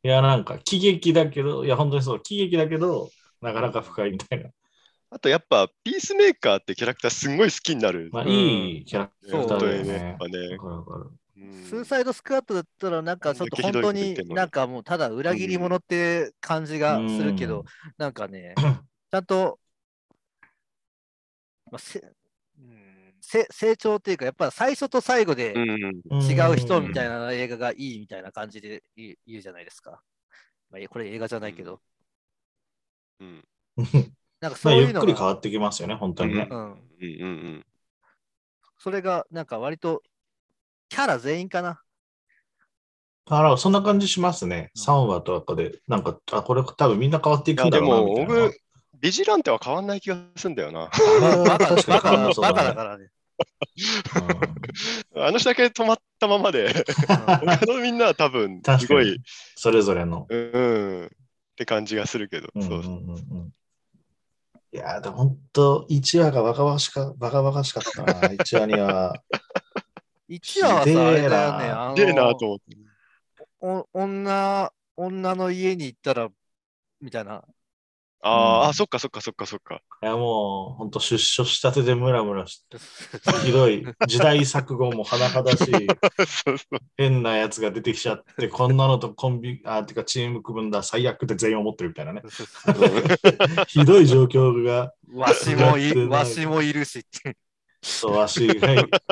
Speaker 3: いや、なんか、喜劇だけど、いや、本当にそう、喜劇だけど、なかなか深いみたいな。
Speaker 2: あとやっぱ、ピースメーカーってキャラクターすんごい好きになる。
Speaker 3: まあ、いいキャラクタ
Speaker 2: 本
Speaker 3: ー
Speaker 2: 当
Speaker 3: だよ
Speaker 2: にね。や
Speaker 3: ね
Speaker 2: っ。ぱね
Speaker 3: わ。かるわかる。
Speaker 2: うん
Speaker 1: スーサイドスクワットだったら、なんかちょっと
Speaker 2: あんだけひ
Speaker 1: 本当
Speaker 2: どいこと言っ
Speaker 1: に
Speaker 2: てんのに
Speaker 1: なんかもうただ裏切り者って感じがするけ
Speaker 3: う
Speaker 1: ど
Speaker 3: ん、
Speaker 1: なんかね、ちゃんと、まあせうんせ成長っていうか、やっぱ最初と最後で
Speaker 2: うんうん
Speaker 1: 違う人みたい
Speaker 3: な。
Speaker 1: な映画がいいみたいな感じで言う言うじゃないですか。まあ、いやこれ映画じゃないけど、
Speaker 2: うん
Speaker 1: なんかそ
Speaker 3: まあ、
Speaker 1: う
Speaker 3: ゆ
Speaker 1: いう
Speaker 3: っ
Speaker 1: の
Speaker 3: くり変
Speaker 1: が、
Speaker 3: わってきますよね、本当にね。
Speaker 1: うん、
Speaker 2: うんうん
Speaker 1: それがなんか割とキャラ全員かな。
Speaker 3: あら、そんな感じしますね。3話とかで、なんか、あ、これ多分みんな変わってい
Speaker 2: い
Speaker 3: く
Speaker 2: や
Speaker 3: んだ
Speaker 2: で
Speaker 3: ろうな
Speaker 2: も
Speaker 3: みたいな。
Speaker 2: 僕、ビジランテは変わんない気がするんだよな。
Speaker 1: バカ
Speaker 3: 確かに
Speaker 1: バカ
Speaker 3: 感
Speaker 1: だ
Speaker 3: 動そうだ
Speaker 1: バ
Speaker 3: ね
Speaker 1: カだからね。
Speaker 2: あの人だけ止まったままで、
Speaker 3: うん
Speaker 2: 他のみんなは多分、
Speaker 3: 確かに
Speaker 2: すごい、
Speaker 3: それぞれの。
Speaker 2: うんうん、って感じがするけど、
Speaker 3: うんうんう
Speaker 2: そ
Speaker 3: ん
Speaker 2: うそう
Speaker 3: うんいやー、でも本当、1話がバカバカしか、バカバカしかったな。1話 には。
Speaker 1: 1話はさ、あれだよね。あの
Speaker 2: でなと思って。
Speaker 1: お女、女の家に行ったら、みたい な。
Speaker 2: あー
Speaker 3: うん
Speaker 2: あ、そっかそっかそっかそっ か。
Speaker 3: いや、もう、本当出所したてでムラムラして、ひ どい、時代錯誤も甚だしい、
Speaker 2: そうそう
Speaker 3: 変なやつが出てきちゃって、こんなのとコンビ、 あ、てかチーム組むんだ、最悪って全員思ってるみたいなね。ひどい状況が、
Speaker 1: わしもい
Speaker 3: やってない
Speaker 1: る、わしもいるし って。
Speaker 3: そう、わしが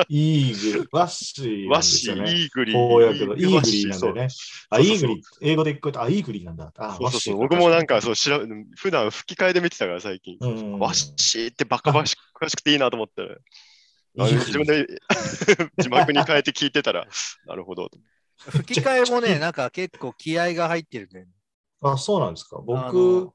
Speaker 3: いいグル、わし、
Speaker 2: ワッシー、イーグリー。
Speaker 3: こうやけど、イー
Speaker 2: ワッ
Speaker 3: グリ
Speaker 2: シ
Speaker 3: ー
Speaker 2: ー
Speaker 3: なんだよね。
Speaker 2: そう
Speaker 3: あ、
Speaker 2: そう
Speaker 3: イ
Speaker 2: そう
Speaker 3: ーグリー、英語で聞こえた、あ、イーグリーなんだ。あ、
Speaker 2: そうそうそう。
Speaker 3: ワッシ
Speaker 2: 僕
Speaker 3: ー
Speaker 2: もなんか、そう、知ら普段吹き替えで見てたから、最近。
Speaker 3: うんうんうん
Speaker 2: ワッシーってバカバカしくていいなと思 ったら、あの
Speaker 3: イーグリ
Speaker 2: 自
Speaker 3: ー
Speaker 2: 分で 字幕に変えて聞いてたら、 なるほど。
Speaker 1: 吹き替えもね、なんか結構気合が入ってるね。
Speaker 3: あ、そうなんですか。
Speaker 1: あ
Speaker 3: 僕
Speaker 1: の、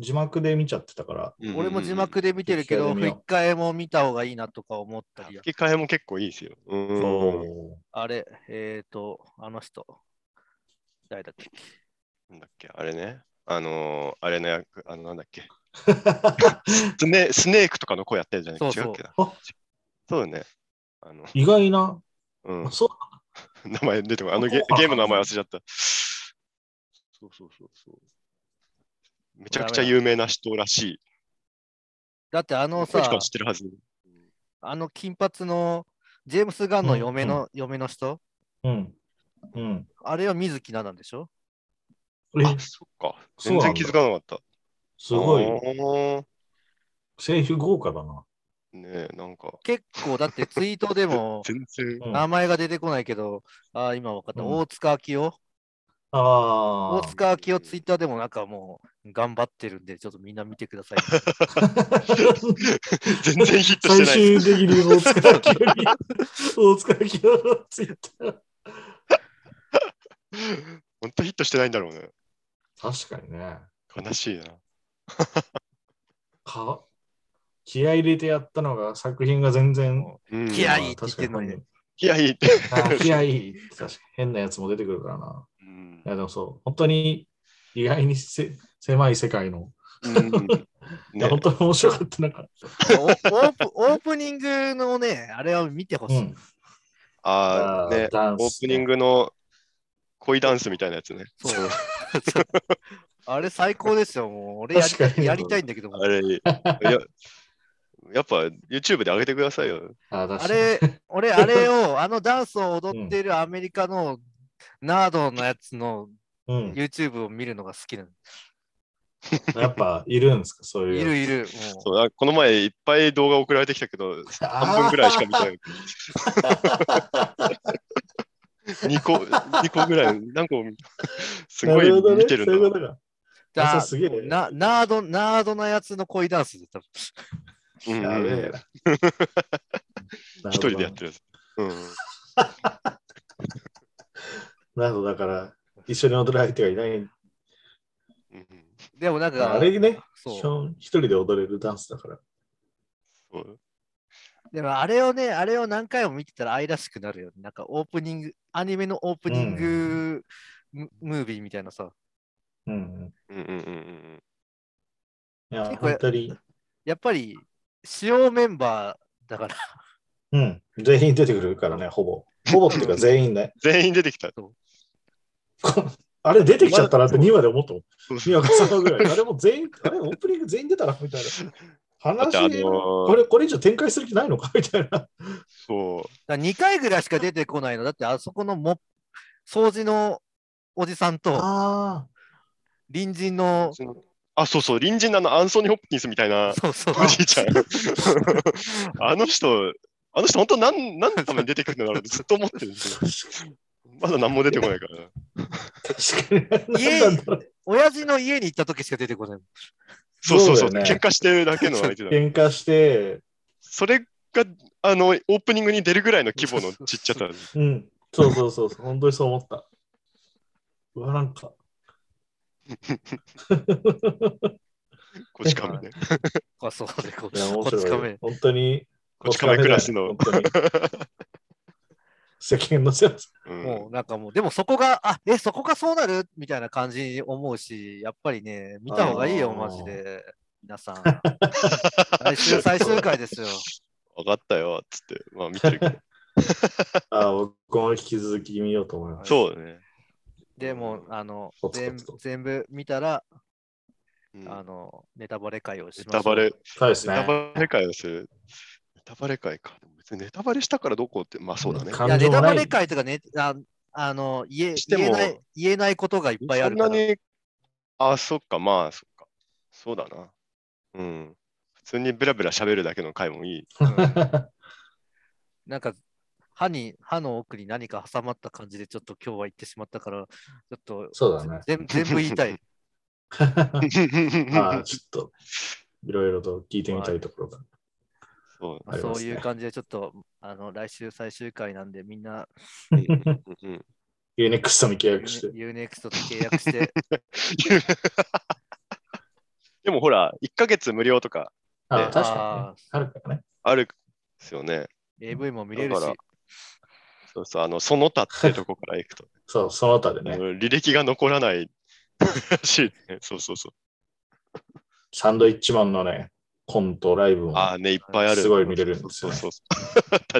Speaker 3: 字幕で見ちゃってたから。
Speaker 1: 俺も字幕で見てるけど、
Speaker 3: 吹き替
Speaker 1: 吹き
Speaker 3: えで見よう
Speaker 1: 替えも見た方がいいなとか思ったり
Speaker 2: 吹、き替えも結構いいですよ。うんうんうん。
Speaker 3: そ
Speaker 1: あれ、えっ、ー、と、あの人、誰だっけ。
Speaker 2: なんだっけ、あれね。あのー、あれの役、あの、なんだっけ。
Speaker 3: う
Speaker 2: スネスネークとかの子やってるじゃない
Speaker 1: そう
Speaker 2: 違
Speaker 1: そう
Speaker 2: うっけな。
Speaker 3: あ
Speaker 2: そうだね。あの、
Speaker 3: 意外な。
Speaker 2: うん
Speaker 3: あ、そう
Speaker 2: 名前出てこない。あのゲ
Speaker 3: あ
Speaker 2: ゲームの名前忘れちゃった。そうそうそうそう。めちゃくちゃ有名な人らしい。
Speaker 1: だってあの
Speaker 2: もしか
Speaker 1: さ
Speaker 2: は知、ってるはず。
Speaker 1: あの金髪のジェームス・ガンの嫁の、
Speaker 3: う
Speaker 1: 嫁の人、
Speaker 3: うん。うん。
Speaker 1: あれは水木奈々でしょ
Speaker 2: あ
Speaker 3: え、、
Speaker 2: そっか。
Speaker 3: そう
Speaker 2: 全
Speaker 3: なんだ
Speaker 2: 然気づかなかった。
Speaker 3: すごい。
Speaker 2: い。
Speaker 3: 声優豪華だな。
Speaker 2: ねえ、なんか。、
Speaker 1: 結構、だってツイートでも
Speaker 2: 全然。
Speaker 3: うん
Speaker 1: 名
Speaker 3: あ
Speaker 1: 前が出てこないけど、あー今分かった、
Speaker 3: うん
Speaker 1: 大塚明夫。大
Speaker 3: あ。
Speaker 1: 塚明夫、ツイッターでもなんかもう頑張ってるんで、ちょっとみんな見てください。
Speaker 2: 全然ヒットしてない
Speaker 3: 最
Speaker 2: です。
Speaker 3: 終的に大塚明夫に、大塚明夫のツイッター。
Speaker 2: 本当ヒットしてないんだろうね。
Speaker 3: 確かにね。
Speaker 2: 悲しいな。
Speaker 3: か気合い入れてやったのが作品が全然。
Speaker 2: うん
Speaker 1: 気合いって言ってんのにね
Speaker 2: 気合いって。
Speaker 3: あー気合いって確かに変なやつも出てくるからな。
Speaker 2: うん
Speaker 3: いやでもそう、本当に意外にせ狭い世界の、
Speaker 2: うんね
Speaker 3: いや本当に面白かったなんか。
Speaker 1: オープオープニングのね、あれを見てほしい。
Speaker 3: うん
Speaker 2: あ
Speaker 3: あ
Speaker 2: あ、ね
Speaker 3: ー、ダンス
Speaker 2: オープニングの恋ダンスみたいなやつね。
Speaker 1: そう。あれ最高ですよ。もう俺やり
Speaker 3: 確かに
Speaker 1: やりたいんだけども
Speaker 2: あれ、いや やっぱ YouTube で上げてくださいよ。
Speaker 3: あー確
Speaker 1: あ
Speaker 3: かに
Speaker 1: れ、俺、あれを、あのダンスを踊ってるアメリカのナードのやつの
Speaker 3: うん
Speaker 1: YouTube を見るのが好きなの。
Speaker 3: やっぱいるんですか、そういう。
Speaker 1: いるいる。もう
Speaker 2: そうあこの前いっぱい動画送られてきたけど、半分ぐらいしか見てない。2個、2個ぐらい、何個も見すご
Speaker 3: なるほど
Speaker 2: い
Speaker 3: ね
Speaker 2: 見てるんだ。
Speaker 3: そういうことか
Speaker 1: だ
Speaker 3: 朝すげえね
Speaker 1: なナード、ナードなやつの恋ダンスで多分。
Speaker 2: うん
Speaker 3: やべえな。
Speaker 2: 一人でやってるやつ。うん
Speaker 3: なるほど。なるほど、だから、一緒に踊る相手がいない。
Speaker 2: うん
Speaker 1: でもなんか、
Speaker 3: あれね、
Speaker 1: そう
Speaker 3: 一人で踊れるダンスだから。
Speaker 2: そう
Speaker 1: でもあれをね、あれを何回も見てたら愛らしくなるよね。なんかオープニング、アニメのオープニングム,、ービーみたいなさ。
Speaker 3: うんうん。
Speaker 2: うんうんうんうん
Speaker 3: いや、
Speaker 1: 結構や
Speaker 3: 本当に。
Speaker 1: やっぱり主要メンバーだから、
Speaker 3: うん。全員出てくるからね、ほぼ。ほぼっていうか全員ね。
Speaker 2: 全員出てきた。
Speaker 3: こあれ出てきちゃったなって2話で思ったもん。
Speaker 2: そうそう
Speaker 3: 宮川さんぐらい。あれもう全員、あれオープニング全員出たらみたいな。
Speaker 2: だってあの
Speaker 3: 話、
Speaker 2: ー
Speaker 3: これ、これ以上展開する気ないのかみたいな。
Speaker 2: そう
Speaker 1: だ2回ぐらいしか出てこないの。だってあそこのも掃除のおじさんと
Speaker 3: あ
Speaker 1: 隣人の。
Speaker 2: あ、そうそう、隣人のあのアンソニー・ホップキンスみたいな
Speaker 1: そうそう。
Speaker 2: おじいちゃん。あの人、あの人、本当何、何のために出てくるのだろうってずっと思ってるん ですよ。まだ何も出てこないから。
Speaker 3: 確かに。
Speaker 1: 家
Speaker 3: なんだろう
Speaker 1: 親父の家に行った時しか出てこない。
Speaker 2: そうそうそう、
Speaker 3: そうだよね
Speaker 2: 喧嘩してるだけの相手だ。
Speaker 3: 喧嘩して、
Speaker 2: それが、あの、オープニングに出るぐらいの規模のちっちゃさ。
Speaker 3: うん。そうそうそう そう。本当にそう思った。うわ、なんか。
Speaker 2: こち亀ね。
Speaker 1: あ、そうでこ
Speaker 3: いや、面
Speaker 1: こつか
Speaker 3: 白い
Speaker 1: め。。
Speaker 3: 本当に。
Speaker 2: こち亀クラスの
Speaker 3: 本。当に。世間のせいです。
Speaker 2: うん
Speaker 1: もうなんかもう、でもそこが、あえ、そこがそうなるみたいな感じに思うし、やっぱりね、見た方がいいよ、
Speaker 3: あー
Speaker 1: マジで。皆さん。来 週最終回ですよ。
Speaker 2: 分かったよ、つって。まあ見てるけど。
Speaker 3: あー僕も引き続き見ようと思います。
Speaker 2: そうだね。
Speaker 1: でも、あの
Speaker 3: コ、ツ
Speaker 1: 全
Speaker 3: コツと
Speaker 1: 全部見たら、
Speaker 2: うん
Speaker 1: あの、ネタバレ会をし
Speaker 2: ネ
Speaker 1: ましょ
Speaker 2: タ
Speaker 1: う
Speaker 2: バレ、
Speaker 3: そうです
Speaker 2: ネタ
Speaker 3: ね。
Speaker 2: バレ会をする。ネタバレ会か。でも別にネタバレしたからどうこうって、まあそうだね。
Speaker 3: 感
Speaker 1: いや、ネ
Speaker 3: 情
Speaker 1: タ
Speaker 3: も
Speaker 1: バ
Speaker 3: な
Speaker 1: レ
Speaker 3: い。
Speaker 1: 会とかね、ああの言え
Speaker 2: しても
Speaker 1: 言えない、言えないことがいっぱいあ
Speaker 2: そ
Speaker 1: る
Speaker 2: ん
Speaker 1: か
Speaker 2: な
Speaker 1: ら。
Speaker 2: に、あ、そっか、まあそっか。そうだな。うん。普通にブラブラ喋るだけの回もい い。
Speaker 1: うんなんか、歯に、歯の奥に何か挟まった感じで、ちょっと今日は行ってしまったから、ちょっと、
Speaker 3: そうだね。
Speaker 1: 全全部言 いたい。
Speaker 3: ああ、ちょっと、いろいろと聞いてみたいところが。
Speaker 2: そう
Speaker 1: まあ
Speaker 3: あり
Speaker 1: そ
Speaker 3: ま
Speaker 1: う
Speaker 3: すね
Speaker 1: いう感じで、ちょっと、あの、来週最終回なんで、みんな、
Speaker 2: うんうん。
Speaker 3: UNEXT に契約して。
Speaker 1: UNEXT と契約して、
Speaker 2: でもほら、1ヶ月無料とか
Speaker 3: あ
Speaker 2: ね
Speaker 3: あ、 確か
Speaker 1: あ
Speaker 3: に、ね。あるからね。
Speaker 2: あるんですよね。
Speaker 1: ー AV も見れるし
Speaker 2: だか、そうそう、あの、その他ってとこから行くと、
Speaker 3: そう、その他で
Speaker 2: あ
Speaker 3: ね、
Speaker 2: の履歴が残らない らしいね。そうそうそう。
Speaker 3: サンドイッチマンのね、コント、ライブも。
Speaker 2: ああね、いっぱいある。
Speaker 3: すごい見れるんですよね
Speaker 2: そうそうそう 確か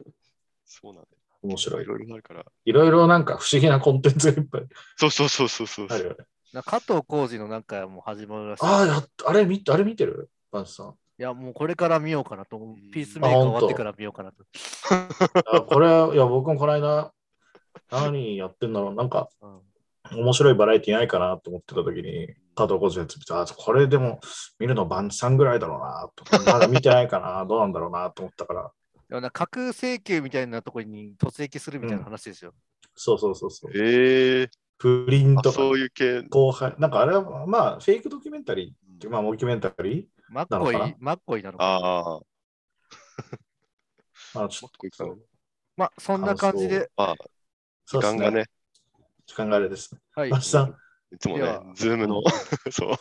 Speaker 2: に。そうなんだよ。
Speaker 3: 面白
Speaker 2: い
Speaker 3: い。
Speaker 2: ろいろあるから。
Speaker 3: いろいろなんか不思議なコンテンツがいっぱい
Speaker 2: そうそうそうそう そう。
Speaker 3: あるよね。
Speaker 1: な加藤浩次のなんかもう始まるらしい。
Speaker 3: ああ、やっあれ見て、あれ見てるパンチさん。
Speaker 1: いや、もうこれから見ようかなと思う
Speaker 2: うん。
Speaker 1: ピースメーカー終わってから見ようかなと。
Speaker 3: あこれ、いや、僕もこの間、何やってんだろう。なんか、
Speaker 1: うん
Speaker 3: 面白いバラエティないかなと思ってた時に、加藤浩次のやつ見て、あ、これでも見るのバンチさんぐらいだろうなと。まだ見てないかな、どうなんだろうなと思ったから。
Speaker 1: でもな架空請求みたいなところに突撃するみたいな話ですよ。
Speaker 3: そうそうそうそう。
Speaker 2: ええ
Speaker 3: 不倫
Speaker 2: あ
Speaker 3: とか、
Speaker 2: そういう系。
Speaker 3: 後輩、なんかあれは、まあ、フェイクドキュメンタリーっていう、まあ、モキュメンタリ
Speaker 1: マッコ
Speaker 3: なのか
Speaker 1: イ
Speaker 3: な、
Speaker 1: マッコイなのかな。
Speaker 2: ああ、
Speaker 3: ー。まあ、ちょ
Speaker 2: も
Speaker 3: っ
Speaker 2: っとこいかな
Speaker 3: と、
Speaker 1: まあ、そんな感じで、
Speaker 2: まあ、
Speaker 3: そ
Speaker 2: 時
Speaker 3: うです
Speaker 2: 間が。ね、
Speaker 3: 時間があれですね。
Speaker 1: はい
Speaker 3: バ。ンチさん、
Speaker 2: いつも
Speaker 1: い
Speaker 2: ね
Speaker 1: や、
Speaker 2: ズームの、 そ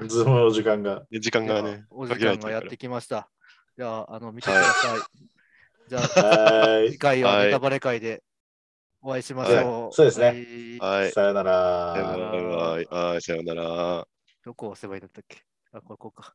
Speaker 2: う、
Speaker 3: ズームの時間が。
Speaker 2: で時間がね、
Speaker 1: お
Speaker 2: 限
Speaker 1: 時間
Speaker 2: られて
Speaker 1: が
Speaker 2: る
Speaker 1: や
Speaker 2: か
Speaker 1: ってきました。じゃあ、あの、見てください。 じゃあ、
Speaker 3: は
Speaker 1: 次回は
Speaker 2: はい
Speaker 1: ネタバレ会でお会いしましょう。
Speaker 3: はいそうですね。
Speaker 1: はい
Speaker 2: ら。 はいい。
Speaker 3: さよなら。
Speaker 2: さよならはいはい、さよなら。
Speaker 1: どこを押せばいいんだったっけあ、ここか。